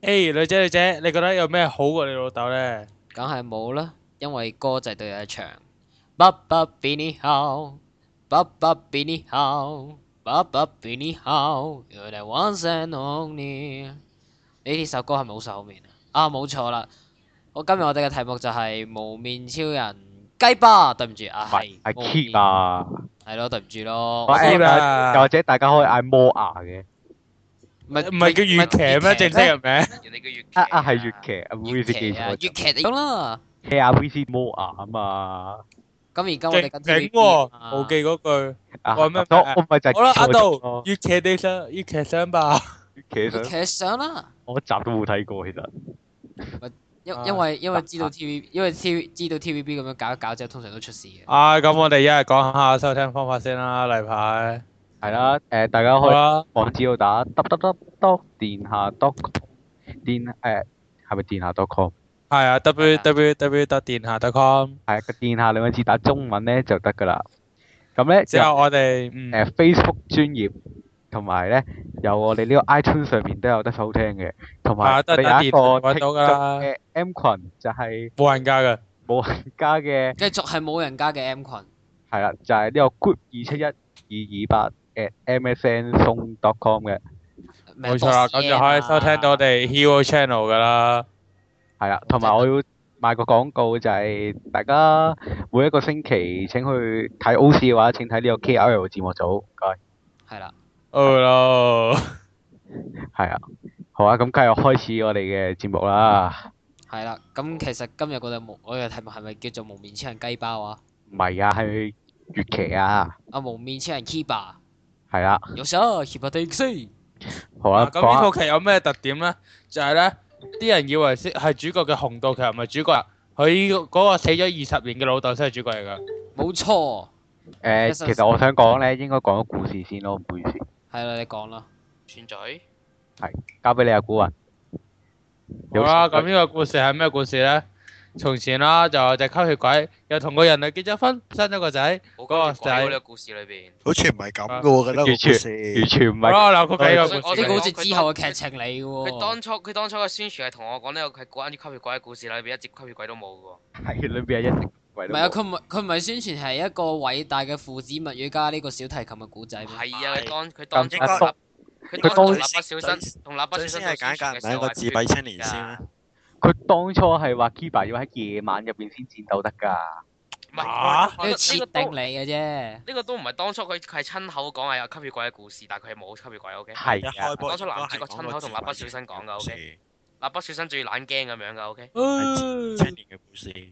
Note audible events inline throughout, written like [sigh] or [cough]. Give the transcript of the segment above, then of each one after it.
A 女仔女仔，你覺得有咩好過你老豆呢？梗係冇啦，因為歌仔對有一唱。爸爸比你好，爸爸比你好，爸爸比你好，You're the one and only。你呢首歌係咪好受面啊？啊，冇錯啦。我今日我哋嘅題目就係無面超人雞巴，對唔住啊，係係係無 keep 面啊，係咯，對唔住咯。我我 M 啊啊，又或者大家可以嗌摩牙嘅，唔唔係叫粵劇咩？正式人名？人哋叫粵劇啊啊係粵劇，啊唔好意粵思記劇啊，錯粵咗劇就咁啦。 ，K R V C 摩牙啊嘛，咁而家我哋勁跟勁 TVB 喎，啊無忌嗰句。啊喂咩咁我咩我咪就係好啦，阿記錯咗杜咯，粵劇你想粵劇想吧？其粵實劇上啦。我一集都冇睇過，其實因啊因為因為啊知道 TV，因為 TV 知道 TVB 咁樣搞一搞之後，通常都出事嘅。啊，咁我哋一係講下收聽方法先啦，例牌。係啦，誒大家好啊可以。啦，網址要打 www 電下 .com 電誒係咪電下 .com？係啊，www 得電下 .com 係個電下兩個字打中文咧就得㗎啦。咁咧就之誒後我哋嗯 Ờ, Facebook 專頁同埋咧有我哋呢個 iTunes 上面都有得收聽嘅，同啊埋得我打哋有一電話個揾聽到眾㗎啦嘅 M 群就係冇人加嘅， [laughs] 冇人加嘅繼續係冇人家嘅 M 群，係啦，就係呢個 group 二七一二二八 at msn 送 .com 嘅咩冇錯啦，咁多士就可以收聽到我啊哋 Hero Channel 㗎啦。係啦，同埋我要賣個廣告就係、大家每一個星期請去睇 O C 嘅話，請睇呢個 K R L 字幕組，唔該。係啦， Oh no！係啊，好啊，咁今日開始我哋嘅節目啦。係啦。咁其實今日我哋無我哋嘅題目係咪叫做無面超人雞包啊？唔係啊，係粵劇啊，啊，無面超人 Kiba，係啦，有手 Kiba 的 X，好啊啊，咁講呢下套劇有咩特點咧？就係咧，啲人以為先係主角嘅紅道，其實唔係主角啊。佢嗰個死咗二十年嘅老豆先係主角嚟㗎。冇錯，誒，其實我想講咧，應該講個故事先咯，唔好意思，係啦，你講啦。串嘴，交俾你啊，古雲。好啦，咁呢個故事係咩故事咧？從前啦，就有隻吸血鬼，又同個人類結咗婚，生咗個仔。冇嗰個講鬼喎仔呢個故事裏邊。好似唔係咁噶喎，覺得個完故全事完全唔好係，啦，嗱，佢計個故我事呢哋個好嚟。似之後嘅劇情嚟嘅哦佢喎。當初佢當初嘅宣傳係同我講呢個係關於吸血鬼嘅故事啦，裏邊一節吸血鬼都冇嘅喎。係裏邊係一直鬼唔都係啊，冇。佢唔係佢唔係宣傳係一個偉大嘅父子物語加呢個小提琴嘅古仔咩？係啊，佢當佢咁當初同縮蠟佢當初同蠟筆小佢當新同蠟筆小最新先係做宣傳簡嘅介唔時係一候話個自閉青年先咩？佢當初係話 Kiba 要喺夜晚入邊先戰鬥得㗎。唔係啊呢個呢個設呢個定都嚟嘅啫。呢個都唔係當初佢佢係親口講係有吸血鬼嘅故事，但係佢係冇吸血鬼。O K，係一啊開。波當初男主角親口同蠟筆小新講㗎，OK 蠟筆小新最懶驚咁樣㗎。O K，青年嘅故事，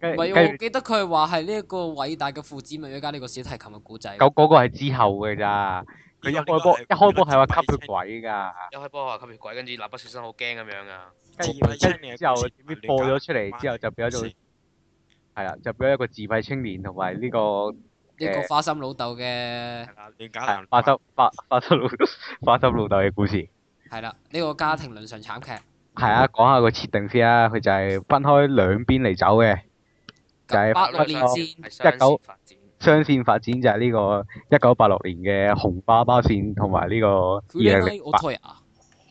跟唔住係跟喎，我記得佢話係呢一個偉大嘅父子物語加呢個小提琴嘅古仔。九嗰個係之後嘅咋，佢一開波一開波係話吸血鬼㗎，一開波話吸血鬼，跟住蠟筆小新好驚咁樣㗎。跟住跟住之後點知播咗出嚟之後就變咗做係啦，就變咗一個自閉青年同埋呢個呢個花心老豆嘅係啦，亂搞係男啊花心花花心老 [laughs] 花心老豆嘅故事。係啦，呢個家庭倫常慘劇。係啊，講下個設定先啊，佢就係分開兩邊嚟走嘅，就係八六年戰係雙線發展，雙線發展就係呢個一九八六年嘅紅巴巴線同埋呢個二零零八奧托啊，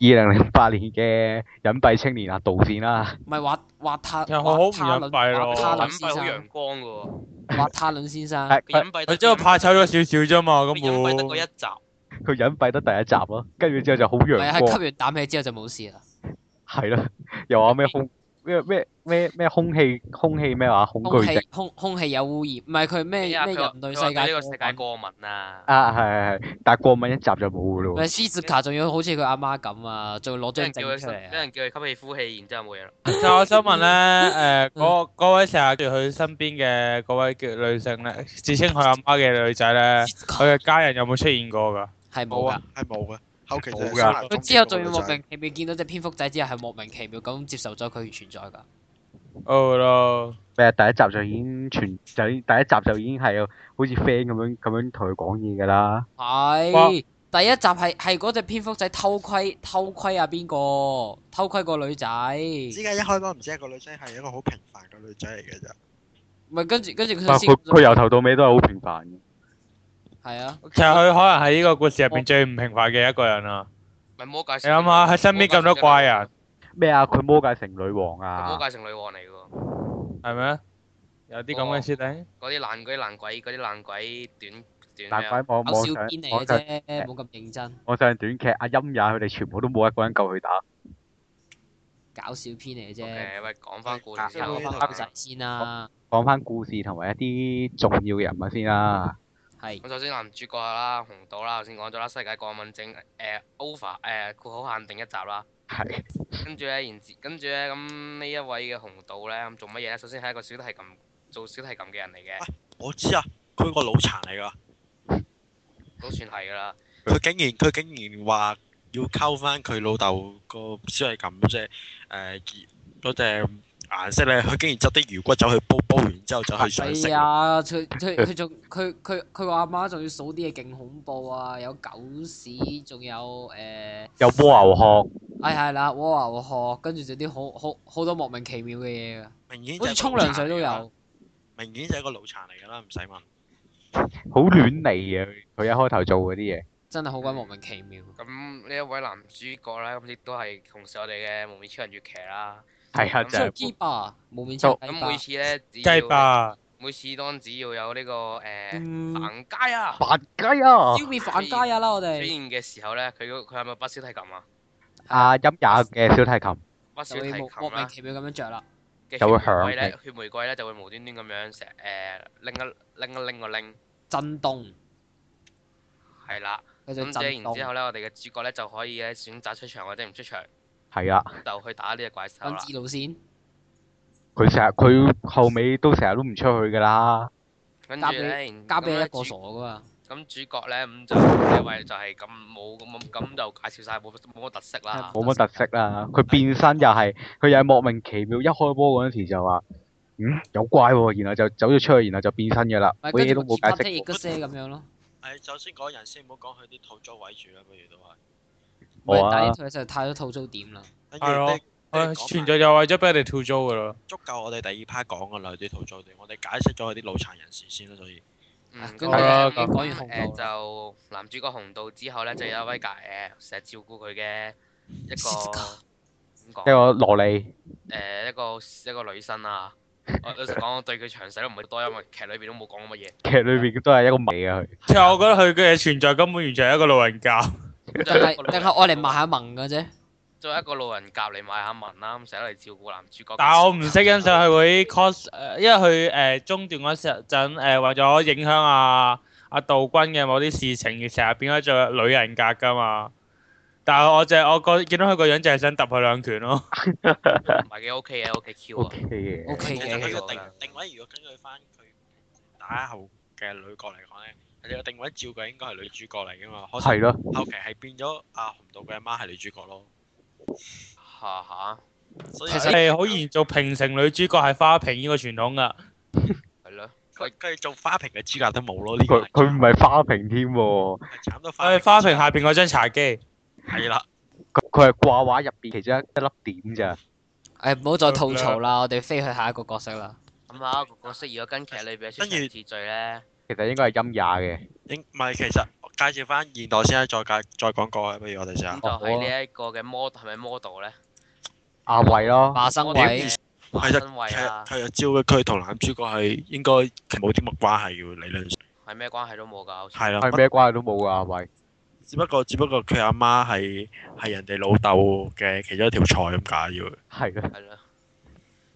二零零八年嘅隱蔽青年啊道線 [laughs] 啦，唔係滑滑塔又好唔滑塔隱蔽咯輪滑哦佢塔輪隱先蔽好陽生，光㗎喎。滑塔輪先生係佢佢隱蔽得啊佢真係怕醜咗少少啫嘛，根佢隱蔽得嗰一本。集。佢隱蔽得第一集咯，跟住之後就好唔係陽啊係光吸，完啖氣之後就冇事啦。係咯，又話咩空咩咩咩咩空氣空氣咩話恐空懼氣症空空氣有污染，唔係佢咩咩啊？咩佢話人類世佢話對界呢個世界過敏。過敏啊！啊係係係，但係過敏一集就冇噶唔咯係斯捷卡仲要好似佢阿媽咁啊，仲要攞俾張人叫佢證吸出嚟俾啊。人叫佢吸氣呼氣，然之後冇嘢啦。但我想問咧，誒嗰嗰位成日住佢身邊嘅嗰位叫女性咧，自稱佢阿媽嘅女仔咧，佢嘅家人有冇出現過㗎？係冇㗎冇啊。，係冇嘅，後期就冇㗎㗎佢之後仲要莫名其妙見到隻蝙蝠仔之後，係莫名其妙咁接受咗佢存在㗎。 Oh no！咩？第一集就已經全就已第一集就已經係好似 friend 咁樣咁樣同佢講嘢噶啦，哇係第一集係係嗰只蝙蝠仔偷窺偷窺啊邊個偷窺個女仔，依家一開波唔知係個女仔係一個好平凡嘅女仔嚟嘅咋，唔係跟住跟住佢但先係佢佢由頭到尾都係好平凡嘅，係啊，其實佢可能係呢個故事入邊最唔平凡嘅一個人啊。唔咪魔界你城女王。諗下喺身邊咁多怪人，咩啊？佢魔界城女王啊！魔界城女王，魔界城女王嚟嘅喎。係咪啊？有啲咁嘅設哦定，嗰啲爛鬼爛鬼，嗰啲爛鬼短短難咩怪啊？網搞網笑上片嚟嘅網上啫，冇咁認真。網上短劇阿陰也佢哋全部都冇一個人夠佢打。搞笑片嚟嘅啫，誒，喂，講翻故事先啊啦講講翻返黑仔先啦。講翻故事同埋一啲重要人物先啦。係咁首先男主角啦，紅島啦，頭先講咗啦，世界過敏症誒 à, over 誒括號限定一集啦。係跟住咧，然之跟住咧，咁呢一位嘅紅道咧，咁做乜嘢咧？首先係一個小提琴做小提琴嘅人嚟嘅，我知啊，佢個腦殘嚟㗎。都算係噶啦。佢竟然佢竟然話要溝翻佢老豆個小提琴嗰只誒嗰隻顏色咧，佢竟然執啲魚骨走去煲，煲完之後就去上色係。啊，佢佢佢仲佢佢佢個阿媽仲要數啲嘢勁恐怖啊！有狗屎，仲有誒，有蝸牛殼，哎係啦，蝸牛殼，跟住仲有啲好好好多莫名其妙嘅嘢㗎，明顯就好似係個沖腦殘涼水都嚟㗎啦，有。明顯就係個腦殘嚟㗎啦，唔使問。好亂嚟啊！佢一開頭做嗰啲嘢。真係好鬼莫名其妙。咁呢一位男主角咧，咁亦都係同時我哋嘅蒙面超人月騎啦。係啊，就做係、雞巴，無面做雞咁每巴，次咧，只雞要啊巴每次當只要有呢個誒嗯，行街啊扮雞消啊！滅反家呀啦！我出哋現嘅時候咧，佢嗰佢係咪不小提琴啊？阿陰也嘅小提琴不小就提會琴莫莫名啦。其妙咁樣着啦。嘅就會血玫瑰響咧，血玫瑰咧就會無端端咁樣成誒拎一拎一拎個拎，震動，係啦。佢就咁即係震然動之，後咧，我哋嘅主角咧就可以咧選擇出場或者唔出場，係啊啦，就去打呢只怪獸啦揾。指路線，佢成日佢後尾都成日都唔出去㗎啦。跟住咧，然交俾咁一咧個主傻噶嘛。咁主角咧咁就因為就係咁冇咁咁就介紹晒冇冇乜特色啦。冇乜特色啦。佢變身又係，佢又係莫名其妙一開波嗰陣時就話，嗯有怪喎、然後就走咗出去，然後就變身嘅啦，咪乜跟嘢住都冇個 keep 解釋 up 過。 take 一 set 咁樣咯。係，首先講人先，唔好講佢啲土租位住啦，不如都係。好喂啊但係呢套嘢實在太多套租點啦。跟係咯住你佢講存哎埋在就為咗俾我哋吐槽噶啦。足夠我哋第二 part 講噶啦啲土租地，我哋解釋咗佢啲腦殘人士先啦，所以嗯啊咁跟住呢好啦咁講完紅道誒就男主角紅道之後咧，就有一位隔誒成日照顧佢嘅一個點講一？個蘿莉誒、一個一個女生啊，我老實講，我對佢詳細都唔會多，因為劇裏邊都冇講過乜嘢。劇裏邊都係一個迷啊佢。其實我覺得佢嘅存在根本完全係一個老人家。哦定定係定係我嚟賣下萌嘅 [laughs] 啫。作為一個老人甲嚟買下文啦，咁成日嚟照顧男主角。但係我唔識欣賞佢嗰啲 cos，誒因為佢誒中段嗰陣陣誒呃為咗影響阿阿杜君嘅某啲事情，成日變咗做女人格噶嘛。但係我就係我覺見到佢個樣就係想揼佢兩拳咯。唔係幾 OK 嘅，OK Q [laughs] O 啊。 K 嘅。 O 其 K 實佢嘅，嘅定定位，如果根據翻佢打後嘅女角嚟講咧，佢嘅定位照計應該係女主角嚟噶嘛，可惜係咯，後期係變咗阿紅道嘅阿媽係女主角咯，下下所以其實係好延續平成女主角係花瓶呢個傳統噶。係咯，佢佢做花瓶嘅資格都冇咯，呢個佢佢唔係花瓶添喎，係慘到花佢花瓶下邊嗰張茶幾，係啦，佢佢係掛畫入邊其中一一粒點咋。誒哎唔好再吐槽啦，我哋飛去下一個角色啦。咁下一個角色如果跟劇裏邊嘅出場跟住秩序咧，其實應該係陰也嘅，應唔係其實介紹翻現代先啦，再介再講過啊，不如我哋先咁啊就係呢一個嘅 model 係咪 model 咧？阿慧咯，霸生位，華其實生位其啊實，佢又照嘅佢同男主角係應該冇啲乜關係嘅喎理論上係咩關係都冇㗎，好似係啦，係咩關係都冇啊阿慧。只不過只不過佢阿媽係係人哋老豆嘅其中一條菜咁解要，係咯，係咯。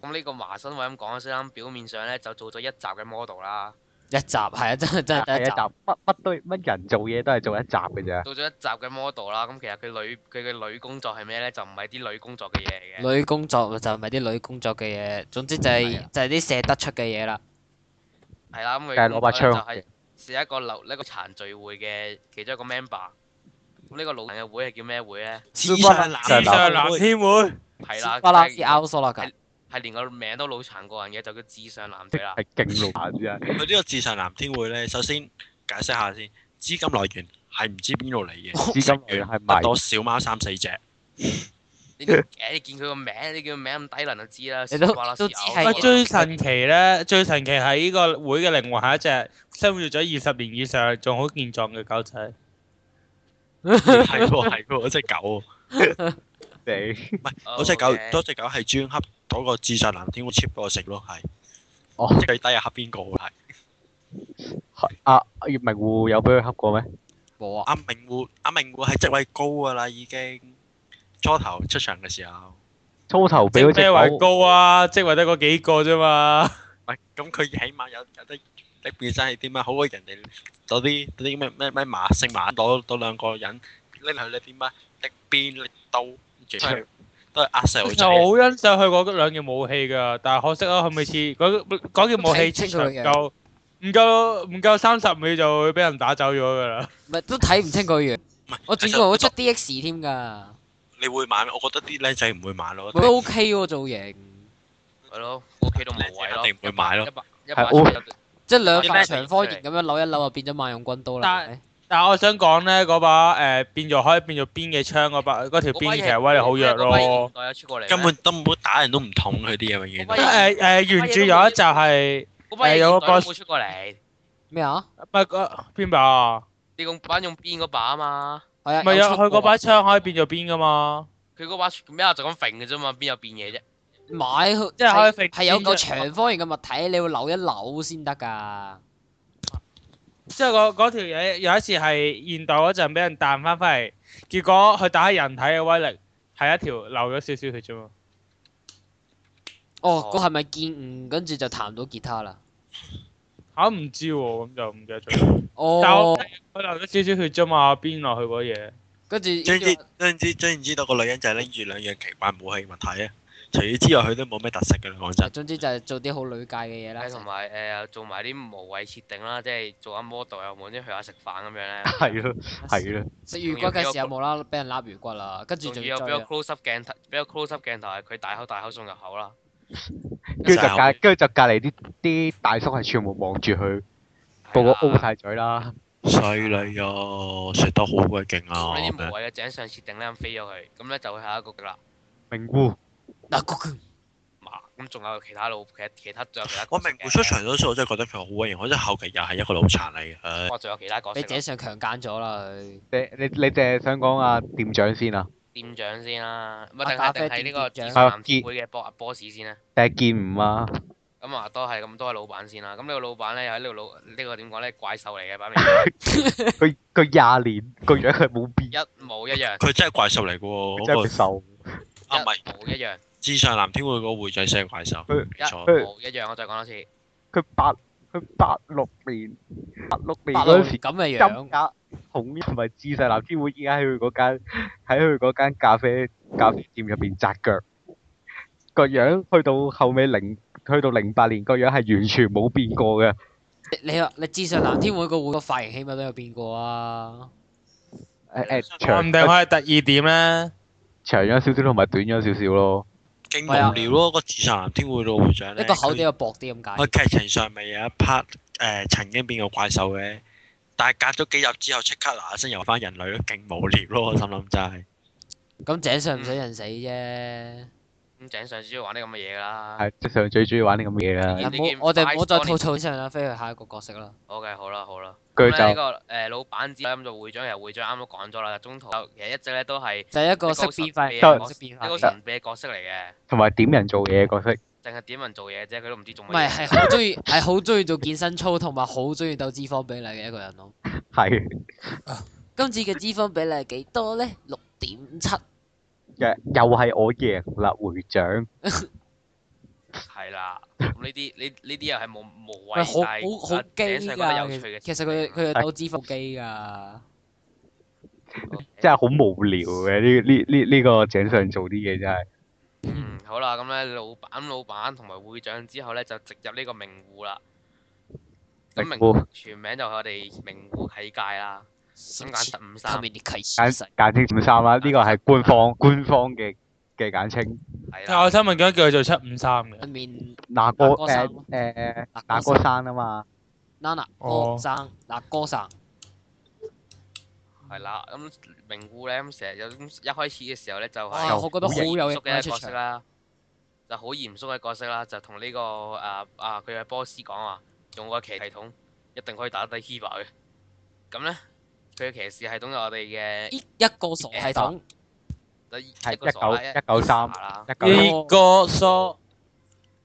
咁呢個華生位咁講先啦，表面上咧就做咗一集嘅 model 啦。一集係啊，真係真係係第一一集，集。乜乜都乜人做嘢都係做一集嘅啫。 [laughs] 到咗一集嘅 model 啦，咁其實佢女佢嘅女工作係咩咧？就唔係啲女工作嘅嘢嚟嘅，女工作就唔係啲女工作嘅嘢，總之就係係啊就係啲射得出嘅嘢啦。係啦，咁佢就係攞把槍就係是一個流一個殘聚會嘅其中一個 member。咁呢個老人嘅會係叫咩會咧？黐線男時黐尚藍天會，係啦，巴拉斯係 out 啦㗎，係連個名都腦殘過人嘅，就叫至上男隊啦。係勁老闆啫，佢呢個自上藍天會咧，首先解釋下先，資金來源係唔知邊度嚟嘅，哦資金嚟源係得迷到小貓三四 [laughs] 隻，你誒你見佢個名，你見佢名咁低能就知啦。你都巴拉斯都知歐係喂，嘅最神奇咧，最神奇係呢個會嘅靈魂係一隻生活咗二十年以上仲好健壯嘅狗仔。係喎係喎，嗰只狗，你哦嗰只狗 Ờ, OK 嗰只狗係專恰嗰個智障藍天烏 cheap 嗰個食咯，係。哦即係最低係恰邊個係？啊葉明户有俾佢恰過咩？冇啊，阿明户阿明户係職位高㗎啦，已經初頭出場嘅時候，粗頭俾職嗰只咩位狗，高啊？職位得嗰幾個啫嘛。喂咁佢起碼有有得你變身係點啊？好過人哋攞啲嗰啲咩咩咩馬姓馬攞攞兩個人拎去你點啊？力鞭力刀，跟住都係壓細路我仔 [laughs] 就好嘅。欣賞佢嗰兩件武器㗎，但係可惜啊，佢每次嗰嗰件武器出場唔夠唔夠唔夠三十秒就會俾人打走咗㗎啦。咪都睇唔清佢樣。唔係我仲以為我出 D X 添㗎，你會買咩？我覺得啲僆仔唔會買咯。佢 O K 喎造型，係咯，OK Ờ, 都無謂咯，一定唔會買咯一百一係百我，即係兩你塊咩長方形咁樣扭一扭就變咗萬用軍刀啦。但係咪但係我想講咧，嗰把誒變咗可以變做邊嘅槍嗰把嗰條邊其實威力好弱咯。代有出過嚟咩，根本根本打人都唔痛，佢啲嘢永遠都喂係。誒誒原著有一集係嗰班嘢誒有個現代都角冇出過嚟，咩啊？唔係嗰邊把啊？你用班用邊嗰把啊嘛？係啊，唔係有啊，出佢嗰過啊把槍可以變做邊㗎嘛？佢嗰把咩啊？就咁揈嘅啫嘛，邊有變嘢啫？買佢即係可以揈係有邊個隻長方形嘅物體，你要扭一扭先得㗎。即係嗰嗰條嘢有一次係現代嗰陣俾人彈翻返嚟，結果佢打喺人體嘅威力係一條流咗少少血啫嘛。哦，哦個係咪見誤跟住就彈到吉他啦？嚇唔知喎，咁就唔記得咗。但我哦，佢流咗少少血啫嘛，邊落去嗰嘢？跟住總之總之總知道個女人就係拎住兩樣奇怪武器物體啊！除此之外，佢都冇咩特色嘅啦，講真。總之就係做啲好女界嘅嘢啦。同埋誒做埋啲無謂設定啦，即係做下 model 又冇啲去下食飯咁樣咧係咯係咯，食魚骨嘅時候冇啦，啦俾人揦魚骨啦，跟住仲仲要要有追比較啊。 close up 鏡頭，比較 close up 鏡頭係佢大口大口送入口啦。跟住就就係隔跟住就隔離啲啲大叔係全部望住佢，個個 O 晒嘴啦。衰女啊！食得好鬼勁做啊！呢啲咁無樣謂嘅井上設定咧，咁飛咗佢，咁咧就會下一個㗎 [laughs] 啦。明姑嗱，嗰個嘛，咁仲有其他路，其其他仲有其他角色嘅。我明湖出場嗰時，我真係覺得佢好鬼型，我真係後期又係一個腦殘嚟嘅。呃唉哦我仲有其他角色俾井啦。上強姦咗啦佢。你你你淨係想講啊店長先啊？店長先啦，唔啊係定咖係啡定係呢個店自長信男協會嘅 boss 啊 boss 先啦。定係見唔啊？咁啊，都係咁多係老闆先啦。咁呢個老闆咧，喺呢個老呢個點講咧，怪獸嚟嘅， [laughs] 擺明佢佢廿年個樣係冇變，一模一樣，佢真係怪獸嚟嘅喎，真嗰係個瘦。啊唔係一模一樣，智上藍天會嗰個會長先係怪獸，佢 [laughs] 冇錯。一模一樣。我再講多次，佢八佢八六年八六年八路嗰時咁嘅金樣，格孔同埋智勢藍天會已經喺佢嗰間喺佢嗰間咖啡咖啡店入邊扎腳，個樣去到後尾零去到零八年個樣係完全冇變過嘅，你你話你至上藍天會個會個髮型起碼都有變過啊。誒誒我長唔定可以特異點咧。長咗少少同埋短咗少少咯。勁無聊咯，個智上藍天會啊個會長一咧。個口佢啲又薄啲咁解我。劇情上咪有一 part 誒、曾經變過怪獸嘅，但係隔咗幾日之後即刻嗱嗱聲又翻人類咯，勁無聊咯，我心諗真係。咁井上唔使人死啫。咁井上主要玩啲咁嘅嘢㗎啦。係即上最中意玩啲咁嘅嘢啦。係唔好，我哋唔好再吐槽井上啦，飛去下一個角色啦。 OK，好啦，好啦。佢咁呢就個誒老闆只咁做會長，其實會長啱啱講咗啦，中途有其實一直咧都係就係一個識變化，一個唔識變啊一個化。神秘嘅角色嚟嘅，同埋點人做嘢嘅角色，淨係點人做嘢啫，佢都唔知做唔乜係嘢。係好中意，係好中意做健身操，同埋好中意鬥脂肪比例嘅一個人咯。係今次嘅脂肪比例係幾多咧？六點七。又又係我贏啦會長。係啦，咁呢啲呢呢啲又係冇無喂，謂，好但係好好啊機井上覺得有趣㗎，嘅設定。啊其實佢佢係鬥脂肪機㗎。嗯真係好無聊嘅呢呢呢呢個井上做啲嘢真係。嗯好啦，咁咧老闆、老闆同埋會長之後咧就直入呢個名戶啦。咁明名戶戶全名就係我哋名戶啟介啦，咁簡稱五後三面啲啟簡示簡稱點三啦，呢個係官方官方嘅嘅簡稱。係但係我啦。想問點解叫佢做七五三嘅實，？後面那哥那哥山誒誒那嗱哥山啊嘛， Nana 哦歌生嗱歌生，係啦，咁名護咧咁成日有咁一開始嘅時候咧就係啊哇！我覺得好有啊嚴肅嘅嘢一個角出色啊場，啦，就好嚴肅嘅角色啦，就同呢個啊啊佢嘅 boss 講話，用個奇系統一定可以打低 Hiva 嘅。咁咧佢嘅騎士系統有我哋嘅咦一個傻系統，一係個傻啦一九一九三啦，一呢個疏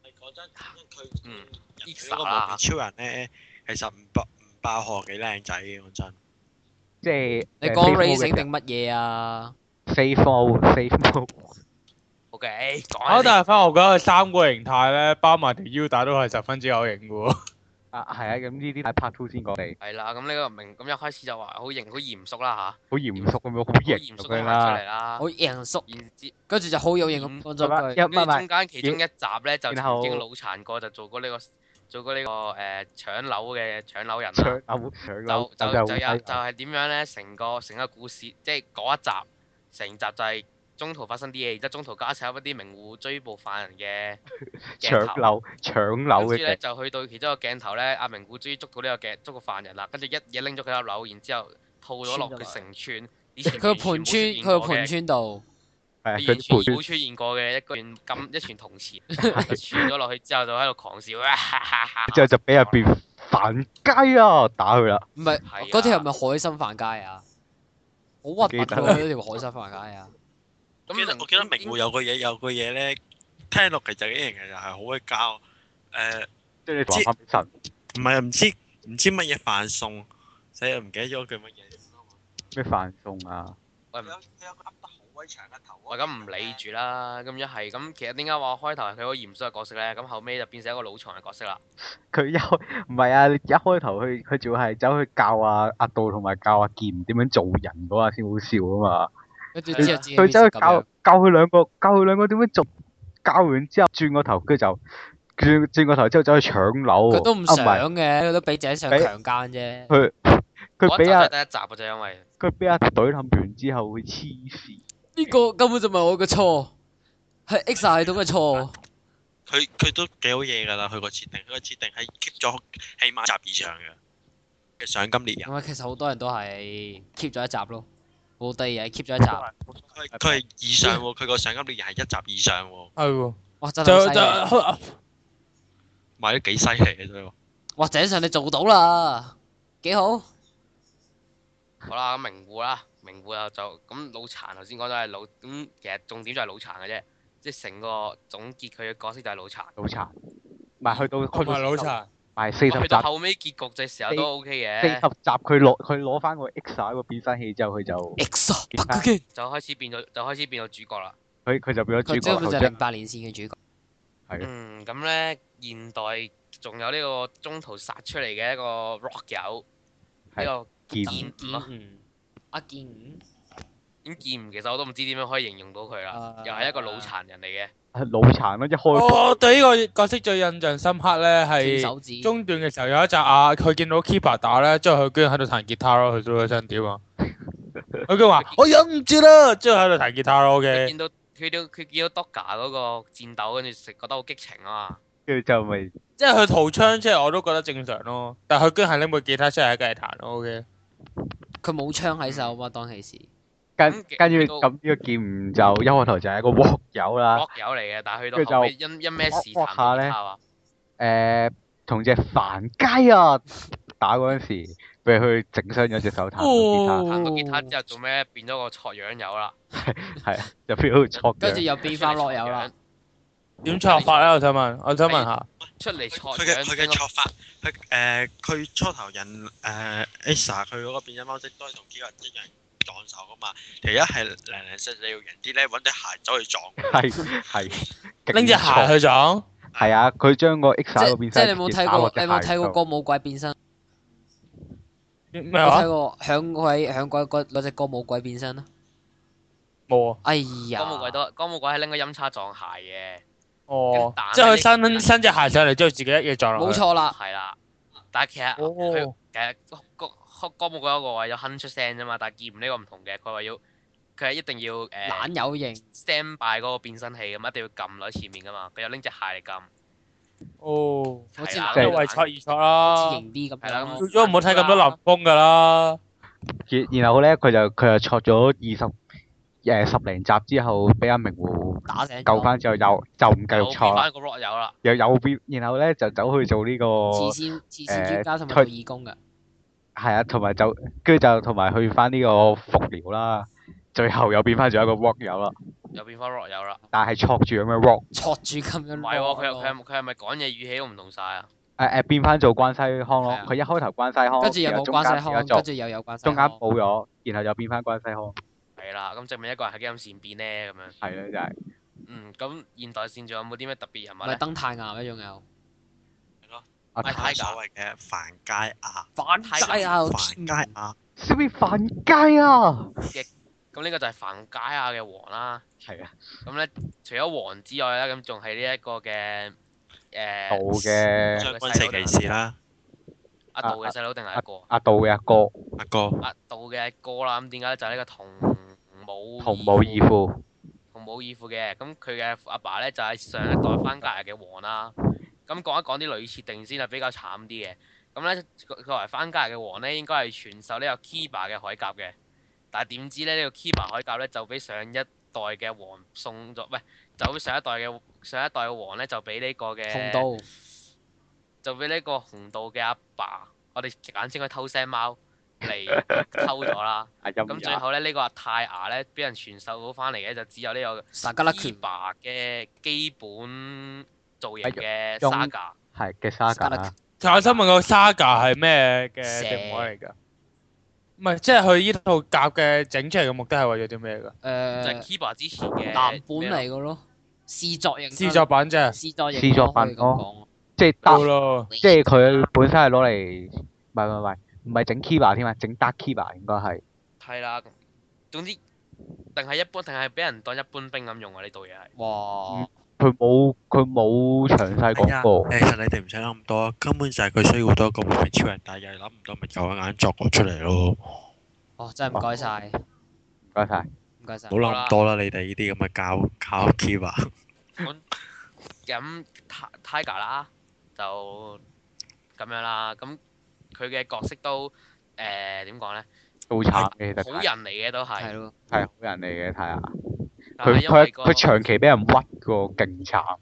係講真，佢嗯人哋嗰個無面超人咧，其實唔爆唔爆殼幾靚仔嘅，講真。即係你誒講 Safe Mode racing 嘅定乜嘢啊？ Safe Mode，Safe Mode OK，講下啊！先但係翻我覺得佢三個形態咧，包埋條腰帶都係十分之有型嘅喎。啊，係啊，咁呢啲喺 Part Two 先講嚟，係啦，咁呢個明咁一開始就話好型好嚴肅啦好嚴肅咁樣，吓，好好型嚴肅咁咁樣行出啦嚟。啦。好型叔，然之跟住就好有型咁嗯講係嘛咗一句，唔係唔係中間其中一集咧就然後曾經腦殘過，就做過呢個做過呢個誒搶樓嘅搶樓人啦。搶樓搶樓就就就就就有係就係點樣咧？成個成個故事，即係嗰一集，成集就係中途發生啲嘢，然之後中途加插一啲名户追捕犯 [laughs] 人嘅鏡搶頭。樓搶跟樓住嘅劇，咧就去到其中一個鏡頭咧，阿明古終於捉到呢個鏡捉個犯人啦，跟住一嘢拎咗佢粒樓，然之後套咗落佢成串以前佢個盤村，佢個盤村村度，係啊完全佢冇出現過嘅一個串金一串銅 [laughs] 錢，串咗落去之後就喺度狂笑，之後就俾入邊反雞啊，打佢啦，唔係係啊嗰條係咪海心飯街啊？好核突唔記喎！得嗰條海心飯街啊！我記得我記得明應湖有個嘢有個嘢咧，聽落其實啲人其實係好鬼膠誒。即係你還翻俾神唔係唔知唔知乜嘢飯餸，死啦唔記得咗佢乜嘢。咩飯餸啊？喂佢有佢有個噏得好鬼長嘅頭。我咁唔理。住啦，咁一係咁，其實點解話開頭係佢好嚴肅嘅角色咧？咁後尾就變成一個老藏嘅角色啦。佢一開唔係啊！你一開頭佢佢仲要係走去教阿阿道同埋教阿健點樣做人嗰下先好笑啊嘛！跟住係啊之後自己佢走去變成咁教樣教佢兩個，教佢兩個點樣做，教完之後轉個頭，跟住就轉轉個頭之後走去搶樓喎。佢都唔啊想係嘅，佢都俾自己上俾強姦啫。佢俾我一阿集真係得一集嘅啫，因為佢俾阿隊冧完之後會黐線。呢個根本就唔係我嘅錯，係 X 系統嘅錯。佢佢都幾好嘢㗎啦，佢個設定，佢個設定係 keep 咗起碼集以上嘅。嘅賞金獵人，咁啊，其實好多人都係 keep 咗一集咯，冇第二日 keep 咗一集。佢佢係以上喎，佢個賞金獵人係一集以上喎，係喎，哇！真係就好犀利就賣得幾犀利嘅啫喎。哇！井上你做到啦，幾好。好啦，咁名戶啦，名戶又就咁老殘頭先講咗係老，咁其實重點就係老殘嘅啫，即係成個總結佢嘅角色就係老殘。老殘，唔係去到去同到埋老，殘。唔係四十去集，到後尾結局嘅時候都 OK 四嘅十，集佢攞佢攞翻個 X 個變身器之後，佢就 X 點北解極圈，就開始變咗，就開始變咗主角啦。佢佢就變咗主佢角根頭本就係啫零。八年線嘅主角。啊嗯，咁咧現代仲有呢個中途殺出嚟嘅一個 rock 友，呢係個健健健五啊，五，阿健五，咁健五其實我都唔知點樣可以形容到佢啦啊，又係一個老殘人嚟嘅。老殘咯，一哦開我對呢個角色最印象深刻咧斷係。手指。中段嘅時候有一集啊，佢見到 keeper 打咧，之後佢居然喺度彈吉他咯，佢都想點啊？佢居然話我忍唔住啦，之後喺度彈吉他咯佢嘅。見到佢到佢見到 Doga 嗰個戰鬥，跟住食覺得好激情啊嘛。跟住就咪即係佢掏槍出嚟，我都覺得正常咯。但係佢居然係拎部吉他出嚟喺度彈咯嘅。佢冇槍喺手啊嘛，當其時。跟咁跟去住到咁呢個劍唔就一開頭就係一個鑊友啦，哦 block 友嚟嘅，但係去啊佢到就後尾因因咩事彈 block 下到咧吉他啊？誒同只凡雞啊打嗰陣時，俾佢整傷咗隻哦手彈到彈到吉他之後做咩變咗個挫樣友啦？吉他，係啊就俾佢戳跟住嘅。又變翻落友啦。點錯法啊咧？我想問，我想問哎下，出嚟挫佢嘅樣，佢嘅作法，佢誒佢初頭人誒 Asa 佢嗰個變身方式都係同幾個人一樣撞手噶嘛，其一係零零四四要人啲咧，揾對鞋走去撞。係 [laughs] 係拎隻鞋去撞，係啊！佢將個 X 即嗰邊即係你冇睇過，你冇睇過個歌舞鬼變身？咩有話睇？過響鬼響鬼嗰嗰只歌舞鬼變身啊？冇啊！哎呀！歌舞鬼都歌舞鬼係拎個音叉撞鞋哦咁彈，即係佢喺呢伸伸隻鞋上嚟之後，自己一嘢撞落冇去。錯嘅，啦，係啦。但係其實佢哦，其實歌歌歌舞鬼嗰個話有哼出聲啫嘛，但係劍呢個唔同嘅，佢話要佢係一定要誒懶有型。 stand by 嗰個變身器咁，一定要撳落喺前面噶嘛，佢又拎隻鞋嚟撳。哦，好似係啦即即係係為錯而錯好啦。似型啲咁係啦樣咁咯。如果唔好睇咁多林峰噶啦。然然後咧，佢就佢就戳咗二十誒十零集之後，俾阿明湖打醒咗救翻之後，又就唔繼續又變戳啦，翻個 rock 友啦。又右邊，然後咧就走去做呢個慈善慈善專家同埋誒做義工嘅，係啊，同埋就跟住就同埋去翻呢個復療啦，最後又變翻咗一個 rock 友啦，又變翻 rock 友啦。但係錯住咁樣 rock，戳住咁樣唔攞係喎，佢又佢咯又佢係咪講嘢語氣都唔同晒啊？誒誒變翻做關西康咯係啊，佢一開頭關西康，跟住又冇關然西康，後中間變咗做跟住又啊有關西哦中間康。冇咗，然後又變翻關西康，係啦，咁證明一個人係幾咁善變呢？咁樣。係啦，就係嗯，咁現代線仲有冇啲咩特別人物啊唔係咧？登太岩咩？仲有阿咪係太所謂嘅凡佳亞，反太太啊！凡佳亞，小面犯街啊，咁呢個就係凡佳亞嘅王啦。係啊，咁咧，除咗王之外咧，咁仲係呢一個嘅道啊誒嘅將軍四騎士啦，阿杜嘅細佬定係一個阿啊道嘅阿哥，哦阿哥啊阿杜嘅哥啦。咁點解咧？就係呢個同武同母異父，同母異父嘅，咁佢嘅阿爸咧就係、上一代翻格日嘅王啦。咁講一講啲類設定先啊係比較慘啲嘅。咁咧，佢作為翻格日嘅王咧，應該係傳授呢個 Kiba 嘅鎧甲嘅。但係點知咧，呢、個 Kiba 鎧甲咧就俾上一代嘅王送咗，喂，就俾上一代嘅上一代嘅王咧就俾呢個嘅紅道就俾呢個紅道嘅阿爸，我哋簡稱佢偷聲貓嚟偷 [laughs] 咗啦。阿咁陰最陽，後咧，呢、個阿泰牙咧俾人傳授到翻嚟嘅就只有呢、個。沙加拉拳 Kiba 嘅基本造型嘅用 Saga 係嘅沙格啦，其實我想問個 Saga 係咩嘅蛇定位嚟㗎？唔係，即係佢呢套甲嘅整出嚟嘅目的係為咗啲咩㗎？就係誒 Kiba 之前嘅藍本嚟嘅咯，試作型啊試作版啫，試作型啊試作可版以咁講。即係好得。咯。即係佢本身係攞嚟，唔係唔係唔係，唔係整 Kiba 添啊，整 Dark Kiba 應該係，係啦。總之，定係一般，定係俾人當一般兵咁用啊！呢度嘢係哇！佢冇佢冇詳細係講啊過，其實你哋唔使諗咁多，根本就係佢需要多一個會變超人，但係又係諗唔到咪有眼作咗出嚟咯。哦，真係唔該晒，唔該哎晒。唔該晒唔好。諗咁多啦，你哋呢啲咁嘅教教 keep 啊， [laughs] 咁 Ti- Tiger 啦，就咁樣啦。咁佢嘅角色都誒點講咧？好慘嘅，其實好人嚟嘅都係係，咯，係好人嚟嘅，睇下但係佢因為佢個佢長期俾人屈個，勁慘。啊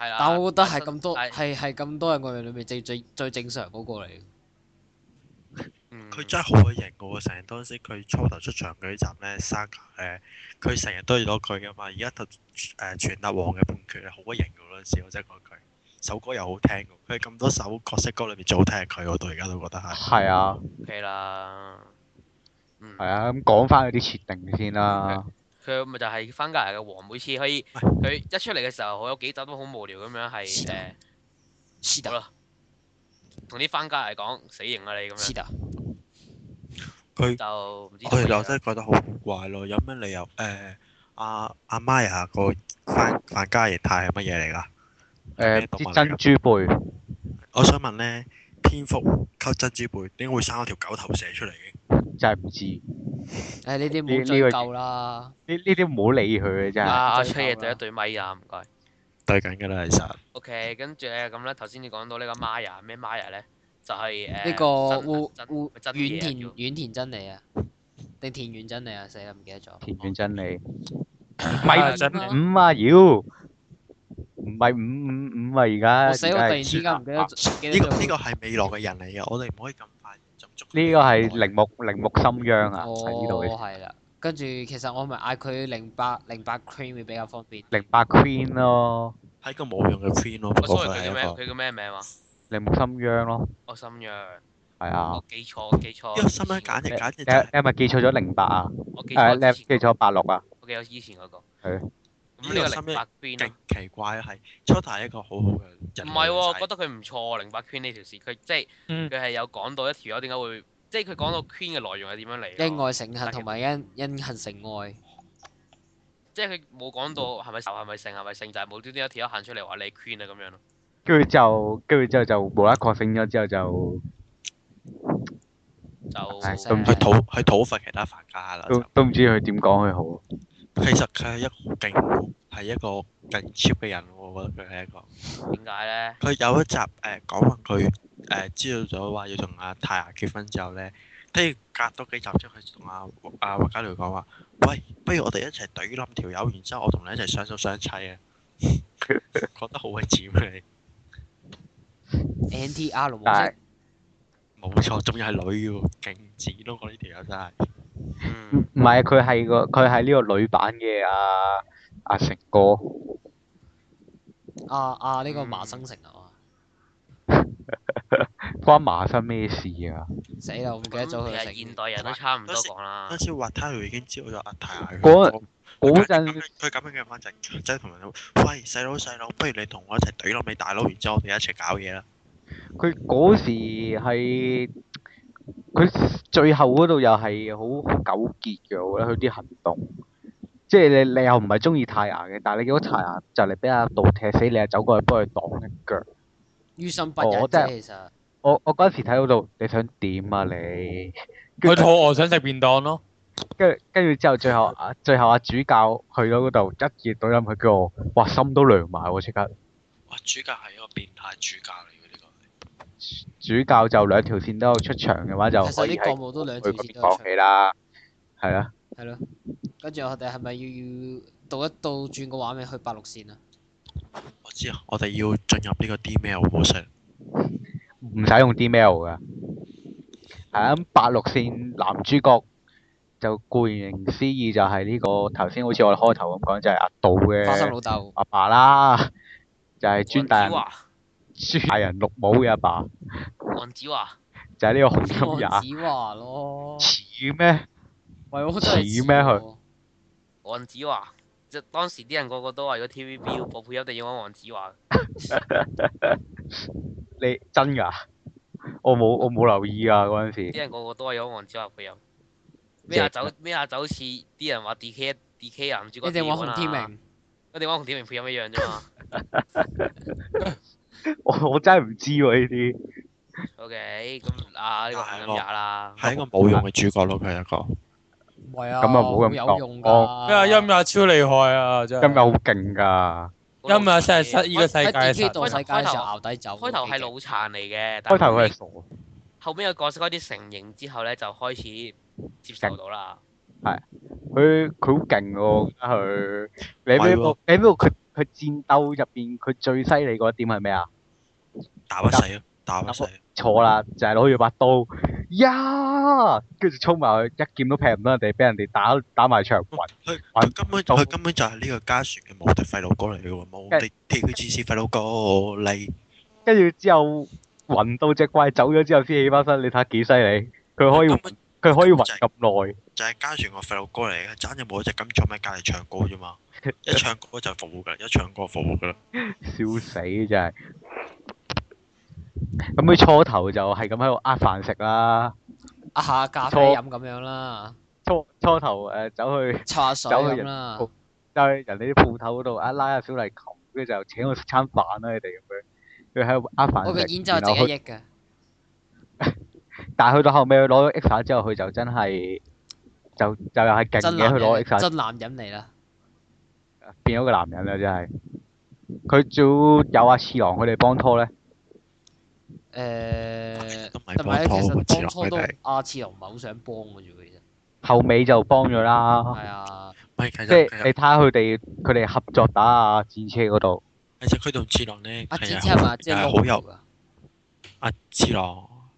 係啦。但我覺得係咁多但係係係咁多人外面裏面最最最正常嗰個嚟。嗯佢真係好鬼型嘅喎，成日當時佢初頭出場嗰集咧，Saga 咧，呃佢成日都要攞佢嘅嘛，而家就誒全達王嘅判決咧，好鬼型嘅嗰陣時，我真係覺得佢首歌又好聽嘅，佢咁多首角色歌裏面最好聽係佢，我到而家都覺得係。係啊， OK 啦。嗯係。啊，咁講翻佢啲設定先啦。佢咪就係翻格嚟嘅王，每次可以佢一出嚟嘅時候，有幾集都好無聊咁樣係是的誒，是好的，啦，同啲翻格嚟講死刑啊啦你咁是樣，的，佢就唔知我其實點我解真係覺得好古怪咯，有咩理由誒阿阿 Maya 個范范家形態係乜嘢嚟㗎？係誒咩，啲動物嚟㗎珍珠貝我想問咧，蝙蝠溝珍珠貝點解會生咗條狗頭蛇出嚟嘅？真係唔知呢誒呢啲呢呢冇追個究啦。呢啲唔好理佢嘅真啊係。阿真係崔嘢夠啦對一對咪啊，唔該。對緊㗎啦，其實。 OK，跟住咧咁咧，頭先你講到呢個 Maya 咩 Maya 咧，就係誒呢個烏真烏真真遠嘢啊田叫遠田真理啊，定田園真理啊？死啦，唔記得咗。田園真理咪咪真啊五啊妖，唔係五五五啊而家。我死！我突而然家係之間唔記得 [laughs] 咗，唔啊記呢、得個咗呢個係未來嘅人嚟嘅，我哋唔可以咁快就捉。呢個哦係鈴木鈴木心央啊，喺呢度哦，嘅係啦。跟住其實我咪嗌佢零八零八 cream 會比較方便。零八 Queen 咯，係一個冇用嘅 friend 咯，我不過哦 sorry 佢叫佢係一咩？個。佢叫咩名話？啊鈴木心央咯，我心約，係啊我。記錯，我記錯。呢個新聞簡直簡直你就係你係咪記錯咗零八啊？我記誒，錯你之係前記錯八六啊？我記錯以前嗰個。係咁呢個呢個心零約八邊啊勁？奇怪，係初頭係一個好好嘅人。唔係喎，我覺覺得得佢唔錯，零八 Queen 呢條線，佢即係嗯佢係有講到一條友點解會，即係佢講到 Queen 嘅內容係點樣嚟因咯。愛成恨同埋因因恨成愛，即係佢冇講到係咪仇係咪性係咪性，就係無端端有條友行出嚟話你係 Queen 啊咁樣咯。跟住就跟住之後就無啦啦確醒咗之後哦就唉就咁去討去討伐其他凡家啦。都就都唔知佢點講佢好。其實佢係一個勁係一個勁 cheap 嘅人喎，我覺得佢係一個。點解咧？佢有一集誒、呃、講話佢誒知道咗話要同阿泰牙結婚之後咧，跟住隔多幾集之後，佢同阿阿華家聊講話：，喂，不如我哋一齊懟冧條友，然之後我同你一齊雙手雙砌啊！覺得好鬼賤啊你， NTR 模但係式冇錯，仲要係女喎，勁賤咯！我呢條友真係。唔嗯，唔係啊，佢係個佢係呢個女版嘅阿阿成哥，啊啊呢個嗯麻生成啊嘛，關麻生咩事啊？死啦！我唔記得咗佢嘅嗯係成現員。代人都差唔多講啦嗰。陣時滑胎佢已經知道咗阿太係佢嗰哥嗰佢陣咁樣佢咁樣嘅話就係即係同人講：喂細佬細佬，不如你同我一齊懟落尾大佬，然之後我哋一齊搞嘢啦。佢嗰時係佢最後嗰度又係好好糾結嘅，我覺得佢啲行動，即係你你又唔係中意泰牙嘅，但係你見到泰牙就嚟俾阿杜踢死，你又走過去幫佢擋一腳。於心不忍哦我真啫，係其實我我嗰陣時睇到度，你想點啊你？佢肚餓想食便當咯。跟住跟住之後，最後啊，最後阿主教去到嗰度，一熱到飲佢叫我，哇心都涼埋喎！即刻哇！主教係一個變態主教嚟嘅呢個。主教就兩條線都有出場嘅話，就其可實以啲喺國務都兩佢條嗰線邊都有講出起，啦，係啊。係咯。跟住我哋係咪要要倒一倒轉個畫面去八六線啊？我知啊，我哋要進入呢個 D-mail 模式。唔使用 D-mail 噶。係啊，咁八六線男主角就顧名思義就係呢、個頭先好似我哋開頭咁講，就係阿杜花心嘅老豆，阿爸啦，就係、專黃帶人子華，專帶人綠帽嘅阿爸，黃子華，就係、呢個黃洪金也。子華 [laughs] 咯。似咩？喂，我真係似咩佢喎？黃子華，即係當時啲人個個都話，如果 TVB 要播配音，一定要揾黃子華。你真㗎？我冇我冇留意啊嗰陣時啲。人個個都係有黃子華配音。咩啊走咩啊走似啲人話 D K D K 男主角你哋點揾洪啊天，明，我哋揾洪天明配音一樣啫嘛。我我真係唔知喎呢啲。 O K，咁啊呢個洪金也啦，係一個啊冇用嘅主角咯，佢係一個。唔係啊，咁啊唔好咁講有用哦因為音㗎。樂超厲害啊！真今日係好勁㗎。音樂真係失呢個世喺界嘅 DQ 實度力開世界開頭上熬底走。開頭係腦殘嚟嘅，但開頭佢係係傻，後尾個角色開始成型之後咧，就開始接受到啦。佢佢好勁喎，我覺得佢。你係邊喎個？你邊個？佢佢戰鬥入邊佢最犀利嗰一點係咩啊？打不死咯，啊打不死。錯啦，就係攞住把刀，呀，跟住衝埋去，一劍都劈唔到人哋，俾人哋打打埋牆暈。佢玩佢根本到佢根本就係呢個家傳嘅無敵廢老哥嚟嘅喎，冇敵 TVGC 廢老哥嚟。跟住之後暈到只怪走咗之後先起翻身，你睇下幾犀利？佢可以根本佢可以啊暈咁耐，就係家傳個廢老歌嚟嘅，爭就冇一隻金唱咪隔離唱歌啫嘛，一唱歌就服務㗎，一唱歌服務㗎啦。笑死真係。咁佢初頭就係咁喺度呃飯食啦，啊下咖啡錯飲咁樣啦，初初頭誒、呃走去插下水走去咁人啦。走去人哋啲鋪頭嗰度啊拉下小麗琴，跟住就請我食餐飯啦你哋咁樣，佢喺度呃我嘅飯食，演奏係然後值去一億嘅，但係去到後尾，佢攞咗 X 之後，佢就真係就就又係勁真嘅，男佢攞人 X 真男人嚟啦。變咗個男人啦，真係。佢仲有阿次郎佢哋幫拖咧，誒，都唔係同埋咧，幫其實拖次郎當初佢都哋阿次郎唔係好想幫嘅啫喎，其實後尾就幫咗啦。係啊，唔係其即實其係你實睇下佢哋佢哋合作打啊戰車嗰度，其實佢同次郎咧阿展係啊之係咪即係係撈好油有噶？阿次郎好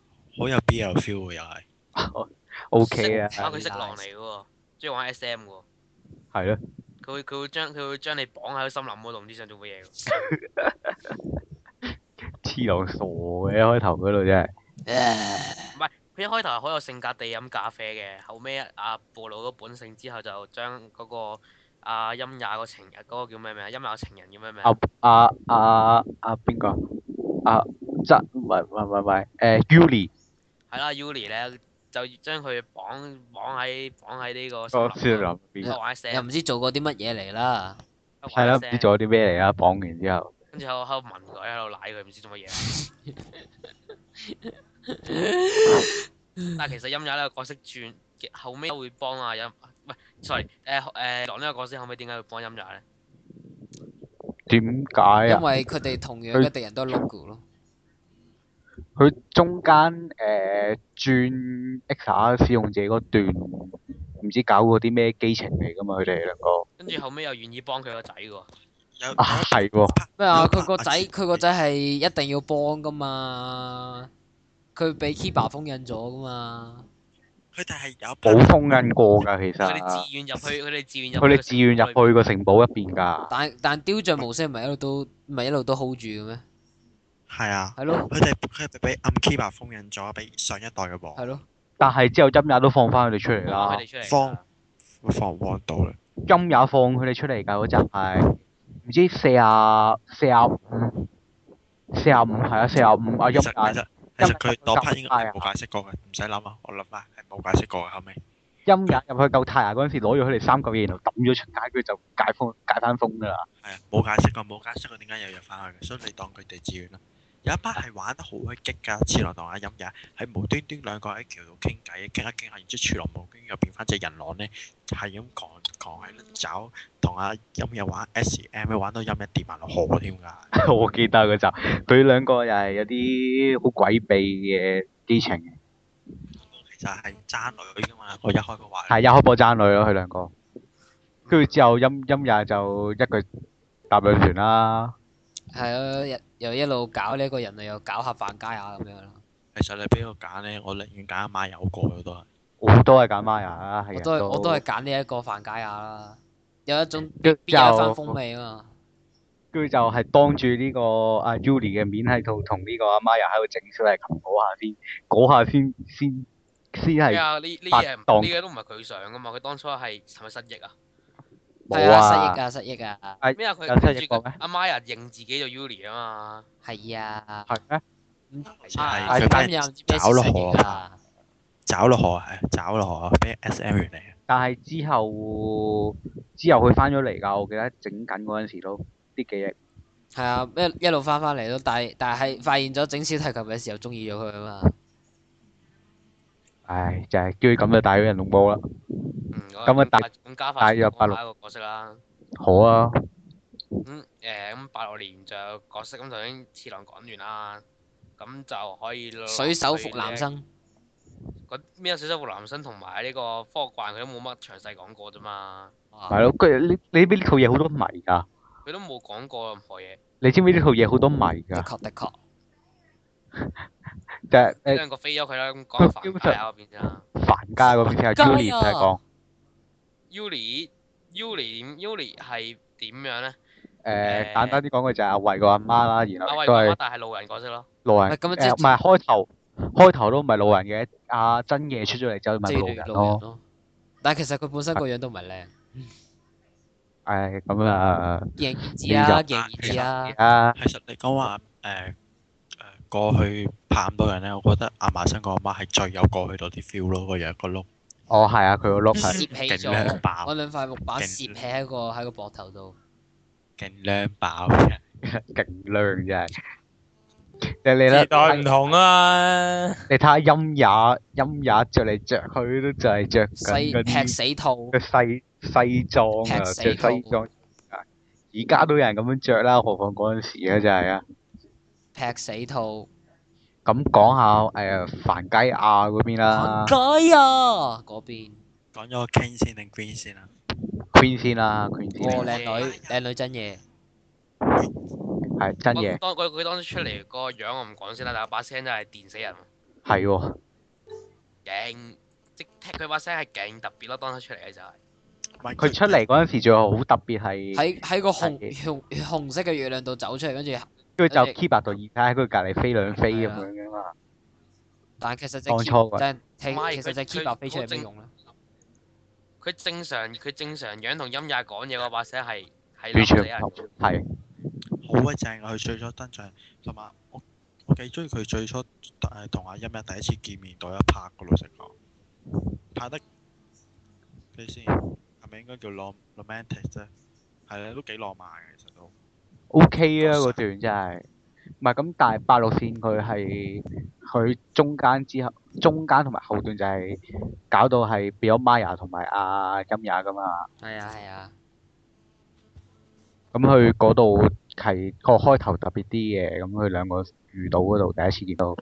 有 BL feel 嘅又係。 O K 啊，啊，佢色狼嚟嘅喎，中意玩 S M 嘅喎。係咯，佢會佢會將佢會將你綁喺個森林嗰度，唔知想做乜嘢喎。次郎傻嘅一開頭嗰度真係。誒佢一開頭係好有性格地飲咖啡嘅，後尾阿暴露咗本性之後，就將嗰個阿音雅個情人嗰個叫咩名啊？音雅個情人叫咩名啊？啊啊啊啊邊個？啊，則唔係唔係唔係唔係，誒 Yuli 係啦，Uli 咧就將佢綁綁喺綁喺呢個個森林嗰度。林喺度玩又 SM，唔知做過啲乜嘢嚟啦，係啦，唔知做咗啲咩嚟啦，綁完之後，跟住喺度喺度聞佢，喺度舐佢，唔知做乜嘢。 [laughs] 但係其實音雅呢個角色轉後尾會幫阿音，唔係，sorry，誒誒，狼呢個角色後尾點解會幫音雅咧？點解因啊？為佢哋同樣嘅敵人都係 logo 咯。佢中間誒轉 XR 使用者嗰段，唔知搞過啲咩基情嚟㗎嘛？佢哋兩個跟住後尾又願意幫佢個仔喎。有啊係喎，啊咩啊？佢個仔佢個仔係一定要幫噶嘛，佢俾 Kiba 封印咗噶嘛。佢哋係有冇封印過㗎，其佢實哋自願入去，佢哋自願入去，佢哋自願入去個城堡入邊㗎。但但雕像模式唔係一路都唔係一路都 hold 住嘅咩？係啊，係咯佢哋佢哋俾暗 key 白封印咗，俾上一代嘅係王咯，但係之後陰也都放翻佢哋出嚟佢啦，哋出嚟㗎。方防王到啦。陰也放佢哋出嚟㗎嗰集係唔知四啊四啊五四啊五係啊四啊五啊其實陰也其實其實佢陰嗰 part 應該係冇解釋過嘅，唔使諗啊，我諗翻係冇解釋過嘅後尾。陰也入去救太陽嗰陣時攞咗佢哋三嚿嘢，然後抌咗出街，佢就解封解翻封㗎啦。 [laughs] 係啊，冇解釋過，冇解釋過點解又入翻去嘅，所以你當佢哋自願啦。有一 part 係玩得好鬼激㗎，次郎同阿音也喺無端端兩個喺橋度傾偈，傾一傾下，然之後次郎無端端又變翻只人狼咧，係咁狂狂喺度找同阿音也玩 S.M. 玩到音也跌埋落河添㗎。我記得嗰集佢兩個又係有啲好詭秘嘅基情，其實係爭女㗎嘛，我一開波話係一開波爭女咯，佢兩個。跟住之後陰陰也就一句搭兩船啦。係咯，又又一路搞呢個人類，啊又搞下范家啊咁樣咯。其實你俾我揀咧，我寧願揀阿媽有過佢都係。好多係揀 Maya 啊，係我人都係我都係揀呢一個范家啊啦，有一種跟住必之有一番後風，味啊嘛。跟住就係當住呢個阿 Yuli 嘅面喺度同呢個阿 Maya 喺度整小提琴嗰下先，嗰下先先先咩係啊？呢呢白嘢唔當呢嘢都唔係佢上噶嘛？佢當初係係咪失憶啊？係冇啊，啊，失憶啊，失憶啊，咩啊？佢有失憶過咩阿 Maya 認自己做 Yuli 啊嘛。係啊。係咩？係啊佢今俾日人唔知咩找落事河情啊！找落河係找落河，俾 S.M. 完嚟。但係之後之後佢翻咗嚟㗎，我記得整緊嗰陣時都啲記憶。係啊，一一路翻翻嚟咯，但係但係發現咗整小提琴嘅時候中意咗佢啊嘛，唉，就係叫佢咁就帶咗人龍煲啦。嗯，咁啊大咁大加法約八六個角色啦。好啊，咁誒咁八六年就有角色咁頭先次郎講完啦，咁就可以落水手服男生去呢。嗰咩啊水手服男生同埋呢個科學怪佢都冇乜詳細講過啫嘛，係咯，跟住你你知唔知呢套嘢好多謎㗎？佢都冇講過任何嘢。你知唔知呢套嘢好多謎的㗎？確的確，就係呃呢誒兩個飛咗佢啦，咁講凡界啊嗰邊啫嘛。凡家嗰邊先係 Julie 唔使講 Yuli Yuli Yuli 係點樣咧？誒，簡單啲講，佢就係阿慧個阿媽啦，阿然後慧亦都係啊媽但係路人角色咯，路人喂咁啊誒即係唔係開頭開頭都唔係路人嘅，阿真夜出咗嚟之後咪即路係人路人咯。咯。但係其實佢本身個樣都唔係靚，誒咁啊見仁見智啊，見仁見智而啊。家其實你講話誒誒過去拍唔到人咧，我覺得阿麻生個阿媽係最有過去到啲 feel 咯，個樣個碌哦係啊，佢個碌 [laughs] 攝係起勁咗靚，我爆，兩塊木板攝勁起喺個喺個膊頭度，勁靚爆嘅。勁靚真係。你你時代咧唔，同啊嘛，你睇下陰也陰也着嚟着去都就係着緊西嗰劈啲死套嘅，西西裝啊，劈死着西套裝。而家都有人咁樣着啦，何況嗰陣時啊，真係啊！劈死套，咁講下誒凡雞亞嗰邊啦行街啊嗰邊，講咗 King 先定 Green 先啊？ ，Queen 先啦，Queen 哦先靚女靚女真嘢，係真嘢我，當佢佢當初出嚟個樣我唔講先啦，但係把聲真係電死人喎。係喎。勁，即踢佢把聲係勁特別咯，當初出嚟嘅就係、佢出嚟嗰陣時仲有好特別係，喺喺個紅係紅紅色嘅月亮度走出嚟，跟住跟住就跟住 Kiba 度二太喺佢隔離飛兩飛咁係啊樣嘅嘛。但其實只當初嗰 keep 但其唔係其實只佢 keep 佢飛出嚟有正咩用咧？佢正常佢正常樣同音也講嘢嗰把聲係係完冧死全人唔。同，係好鬼正啊！佢最初登場，同埋我我幾中意佢最初誒同阿音一第一次見面嗰一拍個老實講，拍得你先係咪應該叫 rom romantic 啫？係啊，都幾浪漫嘅其實都。 OK 啊嗰段真係。唔係咁，但係八路線佢係佢中間之後，中間同埋後段就係搞到係變咗 Maya 同埋阿金雅噶嘛。係啊係啊，咁佢嗰度係個開頭特別啲嘅，咁佢兩個遇到嗰度第一次見到，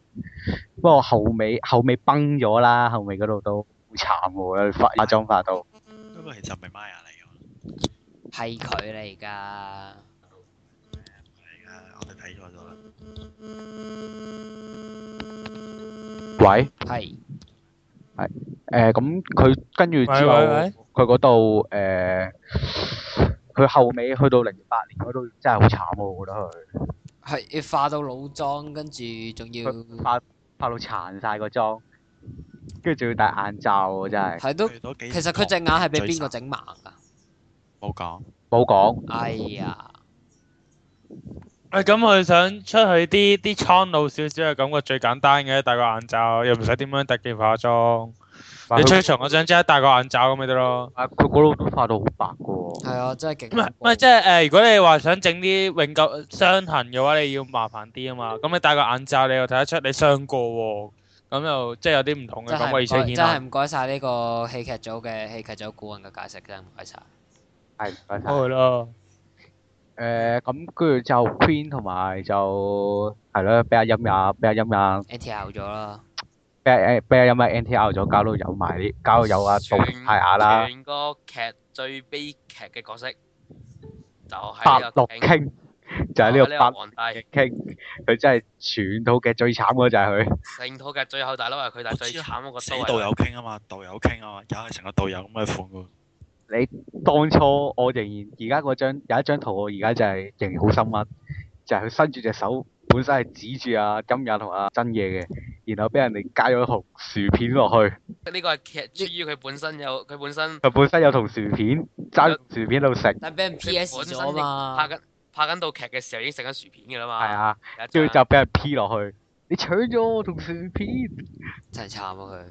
不過後尾後尾崩咗啦，後尾嗰度都好慘喎，佢化化妝化到嗯不過其實唔係 Maya 嚟㗎嘛，係佢嚟㗎。係啊，我哋睇錯咗啦。喂，係誒咁佢跟住之後，喂喂佢嗰度誒，佢後尾去到零八年嗰度真係好慘喎，我覺得佢係要化到老妝，跟住仲要佢化化到殘晒個妝，跟住仲要戴眼罩喎，真係係都去多幾其實佢隻眼係俾邊個最慘整盲噶？冇講。冇講。哎呀，喂，咁佢想出去啲啲蒼老少少嘅感覺最簡單嘅，戴個眼罩又唔使點樣特技化妝。話你佢出場嗰陣即刻戴個眼罩咁咪得咯。啊佢嗰度都化到好白嘅喎。係啊，真係唔係勁唔係，即係係誒，如果你話想整啲永久傷痕嘅話，你要麻煩啲啊嗯嘛。咁你戴個眼罩，你又睇得出你傷過喎。咁又即係有啲唔同嘅真感係覺，而且唔該顯真係得唔該晒呢個戲劇組嘅戲劇組顧問嘅解釋，真係唔該晒。係唔該晒。係咯。誒咁跟住就 Queen 同埋就係咯，俾阿音啊，俾阿音啊， NTL 咗啦，俾阿俾阿音啊 NTR 咗，搞到有埋啲，搞到有阿杜泰雅啦，全個劇最悲劇嘅角色就係白呢鹿個傾，傾就係呢就係個呢白個皇帝鹿傾，佢真係全套嘅最慘嗰就係佢。聖土嘅最後大佬係佢，但係最慘嗰個死都係導友傾啊嘛，導友傾啊嘛，又係成個導友咁嘅款喎。當初我仍然而家嗰張有一張圖，我而家就係仍然好深刻，就係、佢伸住隻手，本身係指住阿金日同阿真嘢嘅，然後俾人哋加咗同薯片落去，呢個係劇，出於佢本身有佢本身佢本身有同薯片揸住薯片喺度食，但係俾人 PS 咗啊嘛，拍緊拍緊到劇嘅時候已經食緊薯片嘅啦嘛。係啊，有跟一張，住就俾人 P 落去，你搶咗我同薯片，真係慘啊佢。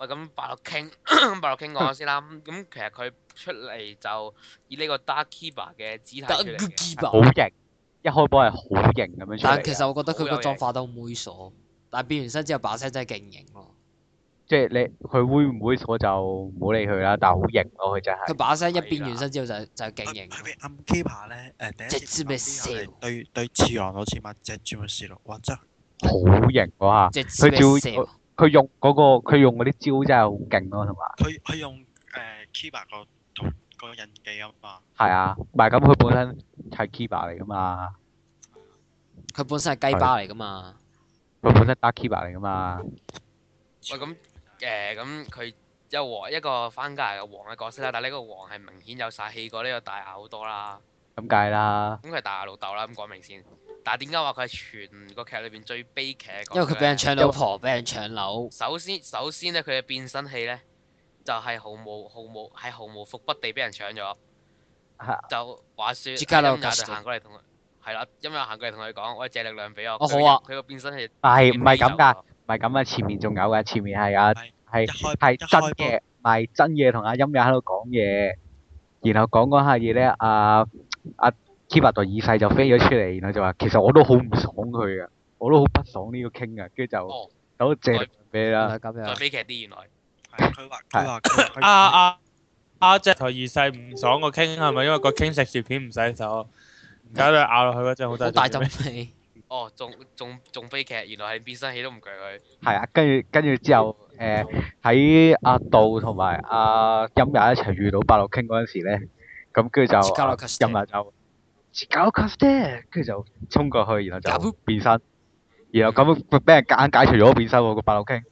喂，咁白鹿 [coughs] 傾，白鹿傾嗯講先啦。咁咁其實佢出嚟就以呢個 Dark Keeper 嘅姿態出嚟嘅。好型，一開波係好型咁樣出但嚟其嘅，實我覺得佢好個有妝型化得好猥瑣，但係變完身之後把聲真係勁型咯。即係你佢會唔會我就唔好理佢啦，但係好型咯，佢真佢係，把聲一係啊變啦完身之後就係就係勁型佢咯。俾暗 keeper 咧，誒第一直接咪次暗 keeper 笑係對對次郎攞次物隻轉咗試咯，哇真係好型嗰下，直接佢照笑，佢用嗰、個佢用嗰啲招真係好勁咯，同埋。佢佢用誒 keeper 個圖個印記啊嘛，係啊，唔係咁佢本身係 Kiba 嚟噶嘛，佢本身係雞巴嚟噶嘛。佢本身打 Kiba 嚟噶嘛，喂咁誒咁佢一王一個番家嘅王嘅角色啦，但係呢個王係明顯有殺氣過呢個大牙好多啦。咁解啦，咁佢係大牙老豆啦，咁講明先。但係點解話佢係全個劇裏邊最悲劇嘅角因色為佢俾人呢搶老婆，俾人搶樓，首先首先咧，佢嘅變身器咧就係、毫無毫無係毫無伏筆地俾人搶咗。嚇就話説，即刻音扭也就 custom 行過嚟同佢係啦，音也行過嚟同佢講：喂，借力量俾我。哦好佢啊佢個變身器係唔係咁㗎？飛走咗？唔係咁啊，前面仲有㗎，前面係啊，係係一開係一真開嘅，唔係真嘢同阿音也喺度講嘢，然後講講下嘢咧，啊阿阿 Kiba 代耳勢就飛咗出嚟，然後就話其實我都好唔爽佢噶，我都好不爽呢個傾啊，跟住就哦，走借力量俾你原啦，來咁再樣。悲劇啲原來。係佢話佢話佢話啊啊啊！隻台二世唔爽個傾係咪因為個傾食薯片唔洗手，搞到咬落去嗰陣好好大大陣味陣味，哦，仲仲仲悲劇，原來係變身器都唔鋸佢。係啊，跟住跟住之後誒。喺阿杜同埋阿音也一齊遇到八六傾嗰陣時咧，咁跟住就切卡洛啊卡斯特音也就切卡洛卡斯特跟住就衝過去，然後搞就變身，然後咁佢俾人夾硬解除咗變身喎個八六傾，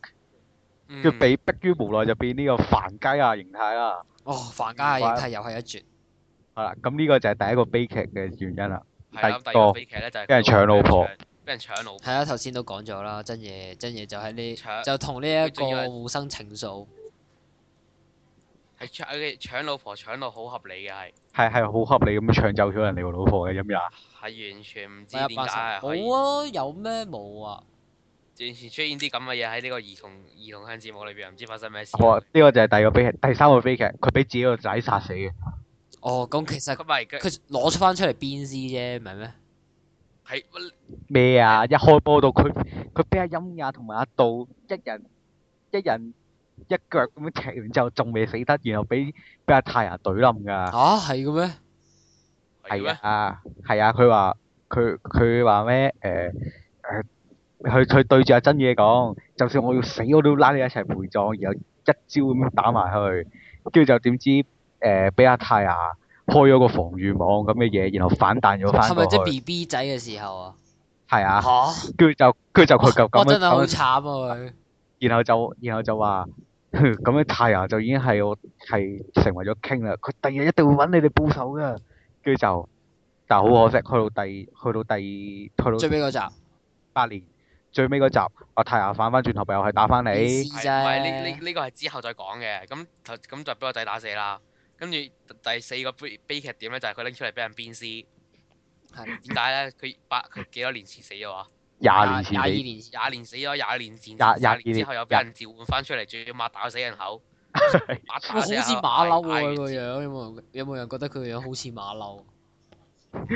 嗯跟住被逼於無奈就變呢個凡雞啊形態啦，哦，凡家嘅形態又係一絕，係啦，咁呢個就係第一個悲劇嘅原因啦，係啦，第第二個二個悲劇咧就係俾人搶老婆，俾人搶老婆。係啊啦，頭先都講咗啦，真嘢真嘢就喺呢搶就同呢一佢個仲要係互生情愫，係搶佢搶老婆搶到好合理嘅係，係係好合理咁樣搶走咗人哋個老婆嘅音也，嗯係完全唔知咪點一解班神係可以冇啊，有咩冇啊？完全出現啲咁嘅嘢喺呢個兒童兒童向節目裏邊，唔知發生咩事。好啊，呢個就係第二個悲劇，第三個悲劇佢俾自己個仔殺死嘅，哦，咁其實佢咪佢佢攞出翻出嚟鞭屍啫，明咩？係咩啊？一開波到佢，佢俾阿音也同埋阿杜一人一人一腳咁樣踢完之後，仲未死得，然後俾俾阿太陽懟冧㗎。吓啊係嘅咩？係係咩？啊，係啊，佢話佢佢話咩？誒誒，佢佢對住阿珍嘢講，就算我要死，我都拉你一齊陪葬，然後一招咁樣打埋去，跟住就點知誒俾阿太陽開咗個防禦網咁嘅嘢，然後反彈咗翻係過咪即係去。 B B 仔嘅時候啊？係啊，吓，跟住就跟住就佢就哇咁樣真係好咁樣慘啊佢！然後就然後就話 [laughs] 咁樣太陽就已經係我係成為咗 king 啦，佢第日一定會揾你哋報仇噶。跟住就，但係好可惜，去到第去到第去到嗯最尾嗰集，八年最尾嗰集，阿太陽反翻轉頭又係打翻意你，思係唔係呢啫呢。呢個係之後再講嘅。咁頭咁就俾個仔打死啦。跟住第四個悲悲劇點咧，就係佢拎出嚟俾人鞭屍。係點解咧？佢八佢幾多年前死咗啊？廿年廿廿前二你年前廿年死咗，廿年前廿廿廿二年年之後又俾人召喚翻出嚟，仲要擘大死人口，擘佢好大死人口似馬騮喎嗌佢嗌個完之後樣，有冇人有冇人覺得佢個樣好似馬騮？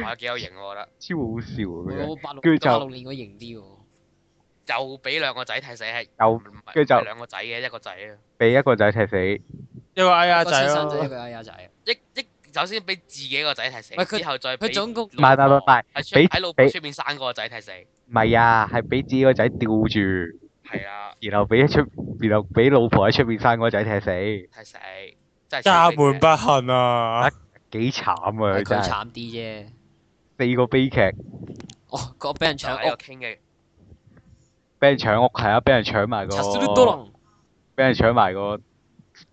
哇幾有型喎我覺得。 [laughs] 超好笑啊佢樣我八六跟住就八六年嗰型啲喎，就俾兩個仔踢死係，又唔係跟住就係兩個仔嘅一個仔啊！俾一個仔踢死，一個哎呀個仔親生仔一咯，個阿丫仔，啊一一首先俾自己個仔踢死，喂佢之後再俾佢總共唔係唔係唔係喺出俾喺老婆俾出面生嗰個仔踢死，唔係啊，係俾自己個仔吊住，係啊，然後俾一出，然後俾老婆喺出面生個仔踢死，踢死真係家慘門不幸啊！幾慘啊係佢真佢係慘啲啫。四個悲劇，哦，嗰俾人搶搶屋屋，傾嘅，俾人搶屋係啊，俾人搶埋查斯多個，隆俾人搶埋個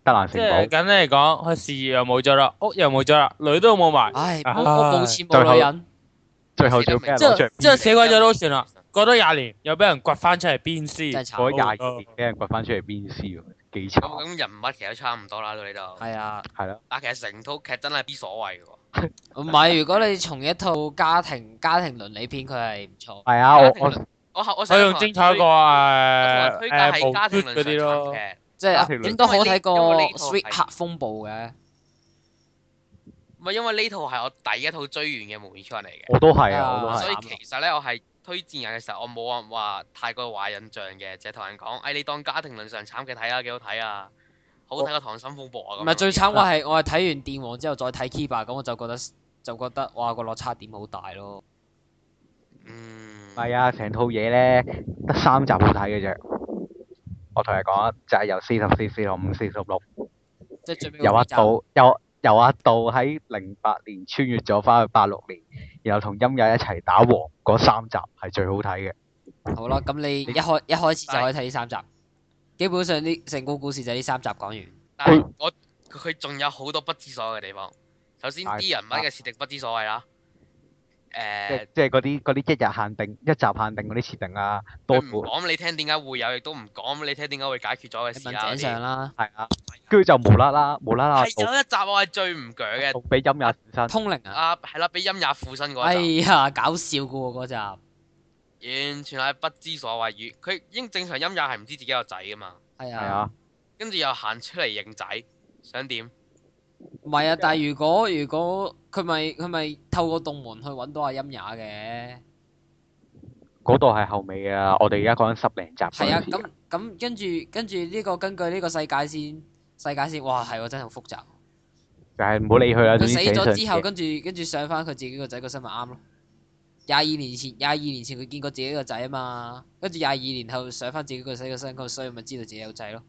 德蘭即城係堡，簡單嚟講，佢事業又冇咗啦，屋又冇咗啦，女都冇埋，唉，冇我冇錢最冇後女人，最後仲要俾人即攞係着即係死鬼咗都算啦。過多廿年又俾人掘翻出嚟鞭真係屍，嗰慘。廿二年俾人掘翻出嚟鞭屍喎，幾咁慘咁人物其實都差唔多啦到呢度，係啊，係啦，但其實成套劇真係 B 所謂嘅唔喎，係如果你從一套家庭家庭倫理片，佢係唔錯。係啊，我我我後我我成日用同人精彩過推我同人誒推介誒係無家庭端嗰啲倫常咯。慘劇，即係家庭倫點都好睇過因為《呢因為呢套 Sweet 係 Heart 風暴》嘅，唔係因為呢套係我第一套追完嘅梅艷芳嚟嘅。我都係啊，我都啊所係以其實咧，我係推薦人嘅時候，我冇話話太過壞印象嘅，就係同人講，誒、你當家庭倫常慘劇睇啊，幾好睇啊，好睇過《溏心風暴》啊。唔咁係最樣慘我係我係睇完《電王》之後再睇《Kiba》，咁我就覺得就覺得哇個落差點好大咯。嗯，係啊，成套嘢咧得三集好睇嘅啫。我同你講，啊就係由四十四、四十五、四十六，即係最尾由嗰阿幾集杜，由由阿杜喺零八年穿越咗翻去八六年，然後同音友一齊打王嗰三集係最好睇嘅。好啦，咁你一你開一開始就可以睇呢三集，基本上呢成個故事就係呢三集講完。但係我佢仲有好多不知所謂嘅地方。首先係啲人物啊嘅設定不知所謂啦，誒、即即係嗰啲嗰啲一日限定、一集限定嗰啲設定啊，佢多唔款講你聽點解會有，亦都唔講你聽點解會解決咗嘅你事問啊。嗰井上啲啦，係啊，跟住就無啦啦無啦啦係有一集我係最唔鋸嘅，杜俾音友附身，通靈啊，啊係啦，俾陰也附身嗰哎集。呀，搞笑噶喎嗰集，完全係不知所謂，與佢應正常音也係唔知自己有仔噶嘛，係係啊，啊，跟住又行出嚟認仔，想點？唔係啊，但係如果如果佢咪佢咪透過洞門去揾到阿音雅嘅，嗰度係後尾啊，我哋而家講緊十零集嗰係啊，陣時。咁咁跟住跟住呢個根據呢個世界線世界線，哇係喎真係好複雜。就係唔好理佢啦。佢總之死井咗上之後，自己跟住跟住上翻佢自己個仔個身咪啱咯。廿二年前，廿二年前佢見過自己個仔啊嘛，跟住廿二年後上翻自己個仔個身，佢所以咪知道自己有仔咯。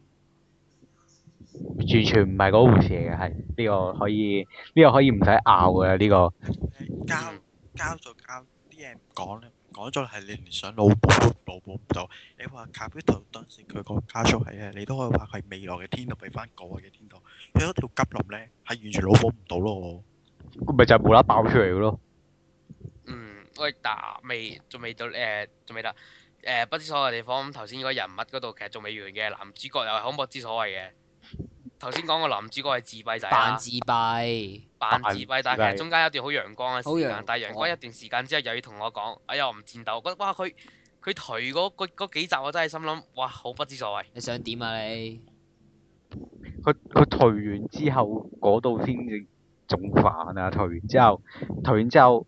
完全唔係嗰回事嚟嘅，係呢、個可以呢、個可以唔使拗嘅呢個。交嗯交就交，啲嘢唔講咧，講咗係你連想腦補都腦補唔到。你話 Capital 當時佢個加速係咧，你都可以話佢係未來嘅天道，俾翻過去嘅天道。佢嗰條急林咧係完全腦補唔到咯。咪就係無啦啦爆出嚟嘅咯。嗯，喂，但未仲未到誒，仲未得誒，不知所謂嘅地方。咁頭先嗰個人物嗰度其實仲未完嘅，男主角又係好不知所謂嘅。頭先講個男主角係自閉啊仔扮啦，自閉，扮扮自自閉閉，但係其實中間有一段好陽光嘅時好間陽，但係陽光光一段時間之後又要同我講，哎呀我唔戰鬥，我覺得哇佢佢頹嗰嗰嗰幾集我真係心諗，哇好不知所謂。你想點啊你？佢佢退完之後嗰度先至仲煩啊！退完之後，退完之後，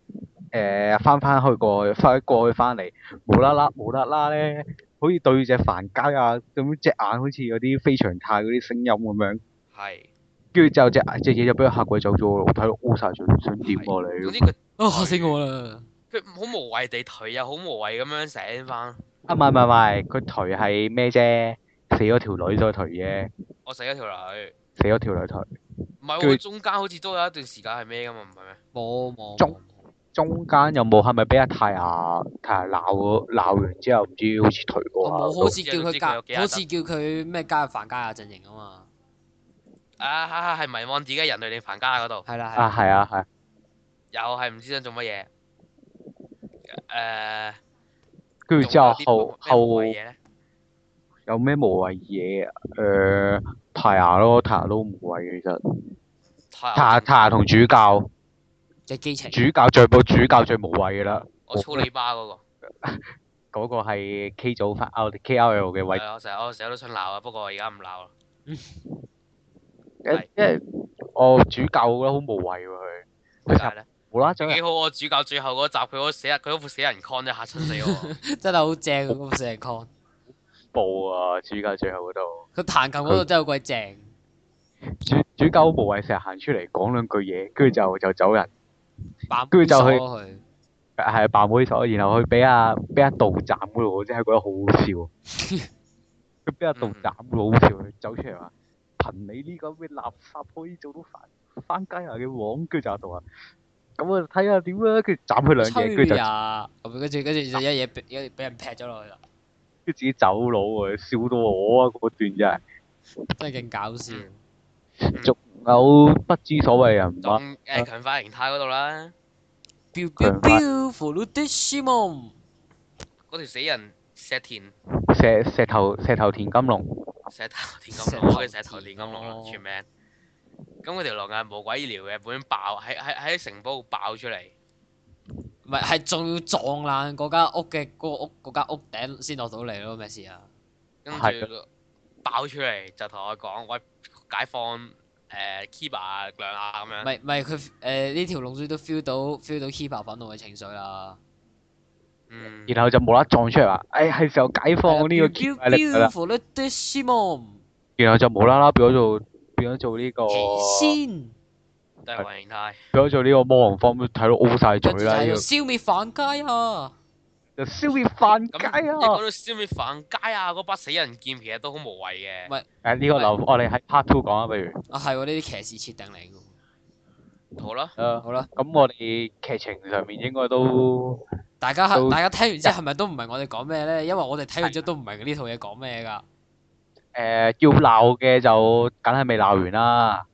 誒翻翻去過去，翻過去翻嚟，無啦啦無啦啦咧，好似對只凡街啊咁隻眼好似嗰啲飛翔太嗰啲聲音咁樣，係，跟住之後隻隻嘢就俾佢嚇鬼走咗咯，我睇到 O 晒嘴，想點啊總你？之佢。哦嚇死我啦！佢好無謂地頹啊又好無謂咁樣醒翻，啊唔係唔係唔係，佢頹係咩啫？死咗條女所以頹啫。我死咗條女。死咗條女台，唔係喎，佢佢中間好似都有一段時間係咩噶嘛，唔係咩？冇冇中冇中間有冇係咪俾阿泰牙泰牙啊鬧鬧完之後，唔知好似退我過啊下冇好似叫佢加，都知佢有幾廿好似叫佢咩加入凡加亞陣營啊嘛，啊，係迷惘自己人類定凡家嗰度，係啦係啊啦。係啊係啊，又係唔知想做乜嘢。誒，跟住之後後後後嘢咧，有咩無謂嘢啊？誒泰牙咯，泰牙都無謂其實。太泰牙泰牙啊同主教，嘅基情，主教最冇主教最無謂嘅啦。我操你巴嗰個。嗰個係 K 組翻 L K L 嘅位係啊我成日我成日都想鬧啊，不過我而家唔鬧啦。因係因為我主教我覺得好無謂喎佢，點佢解成日咧？無啦啦整人幾好我主教最後嗰集佢嗰死人佢嗰副死人 con 真係嚇親死我。 [laughs] 真係好正啊嗰個四人 con，步啊！主教最後嗰度，佢彈琴嗰度真係好鬼正。主主教好無謂成日行出嚟講兩句嘢，跟住就就走人，扮跟住就去猥瑣啊佢，係扮猥瑣，然後去俾阿俾阿道斬嗰度，我真係覺得好好笑。佢俾阿道斬嗰度好笑，佢走出嚟話：憑你呢個咩垃圾可以做到翻翻街啊嘅王，跟住就阿道話：咁啊睇下點啦，跟住斬佢兩嘢，跟住吹啊就呀！咁跟住跟住就一嘢俾一嘢俾人劈咗落去啦，跟住自己走佬喎，笑到我啊嗰段真係。真係勁搞笑。有不知所謂啊嗯人物，咁誒強化形態嗰度啦，彪彪強化彪 f l u t i s m o n 嗰條死人石田石石頭石頭田金龍，石頭田石金頭龍，嗰叫石頭田金龍田啦，全名。咁嗰條龍係無鬼醫療嘅，本身爆喺喺喺城堡度爆出嚟，唔係係仲要撞爛嗰間屋嘅嗰個屋嗰間屋頂先落到嚟咯，咩事啊？跟係住爆出嚟就同我講：喂，解放誒 Kiba 兩下咁唔樣。係唔係佢誒呢條龍珠都 feel 到 feel 到 Keeper 憤怒嘅情緒啦。嗯，然後就冇啦撞出嚟話，誒係時候解啊放呢彪個 Keep 力啦， f l u t i s m o n 然後就無啦啦變咗做變咗做呢哦個先，都係幻形態。變咗做呢個魔王方，睇到 O 晒嘴跟住就啦，係啊呢用個消滅反街啊！就消滅犯咁街你講啊！到消滅犯街啊，嗰把死人劍其實都好無謂唔嘅，誒呢個留我哋喺 part two 講啊，不如，啊係喎，呢啲騎士設定嚟嘅喎。好啦，誒好啦，咁我哋劇情上面應該都大家到大家聽完之後係咪都唔明我哋講咩咧？因為我哋睇完之後都唔明呢套嘢講咩㗎。誒要鬧嘅就梗係未鬧完啦，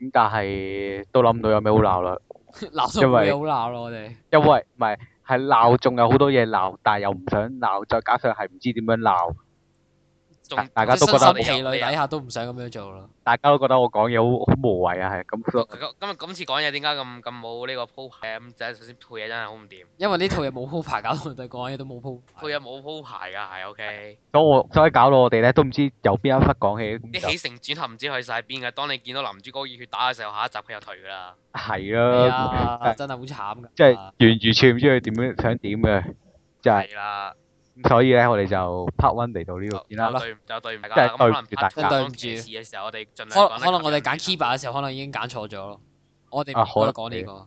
咁但係都諗唔到有咩好鬧啦。鬧到冇嘢好鬧咯，我哋。因為唔係係鬧，仲有好多嘢鬧，但係又唔想鬧，再加上係唔知點樣鬧，仲大家都覺身得心冇啊疲累底咁下都唔想咁樣做咯。大家都覺得我講嘢好好無謂啊，係咁所以今日今次講嘢點解咁咁冇呢個鋪排咁？就係首先配嘢真係好唔掂，因為呢套嘢冇鋪排，搞到我哋講嘢都冇鋪配排。嘢冇鋪排㗎，係 OK。所以我所以搞到我哋咧都唔知由邊一忽講起，啲咁起就承轉合唔知去晒邊㗎。當你見到林珠高熱血打嘅時候，下一集佢又頹㗎啦。係係啦，啊，真係好慘㗎。即係啊完完全唔知佢點樣想點嘅，就係係啦，咁所以咧我哋就 part one 嚟到呢度先就啦，對唔就對唔大真家係啦。咁可能對唔住大家拍真拖講對騎唔住士嘅時候，我哋盡量可講能得可能我哋吸引揀啊啲 Kiba 嘅時候，可能已經揀錯咗咯。我哋唔啊應該可講能呢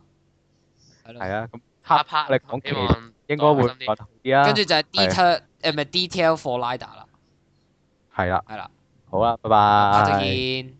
係個。係係咯。啊，咁下 part 拍你講希其望應該會多開心啲講啲啊啦跟，住就係 detail 誒唔係 detail for l i d a 啦，係啦，係啦，好啦，拜下拜次。見。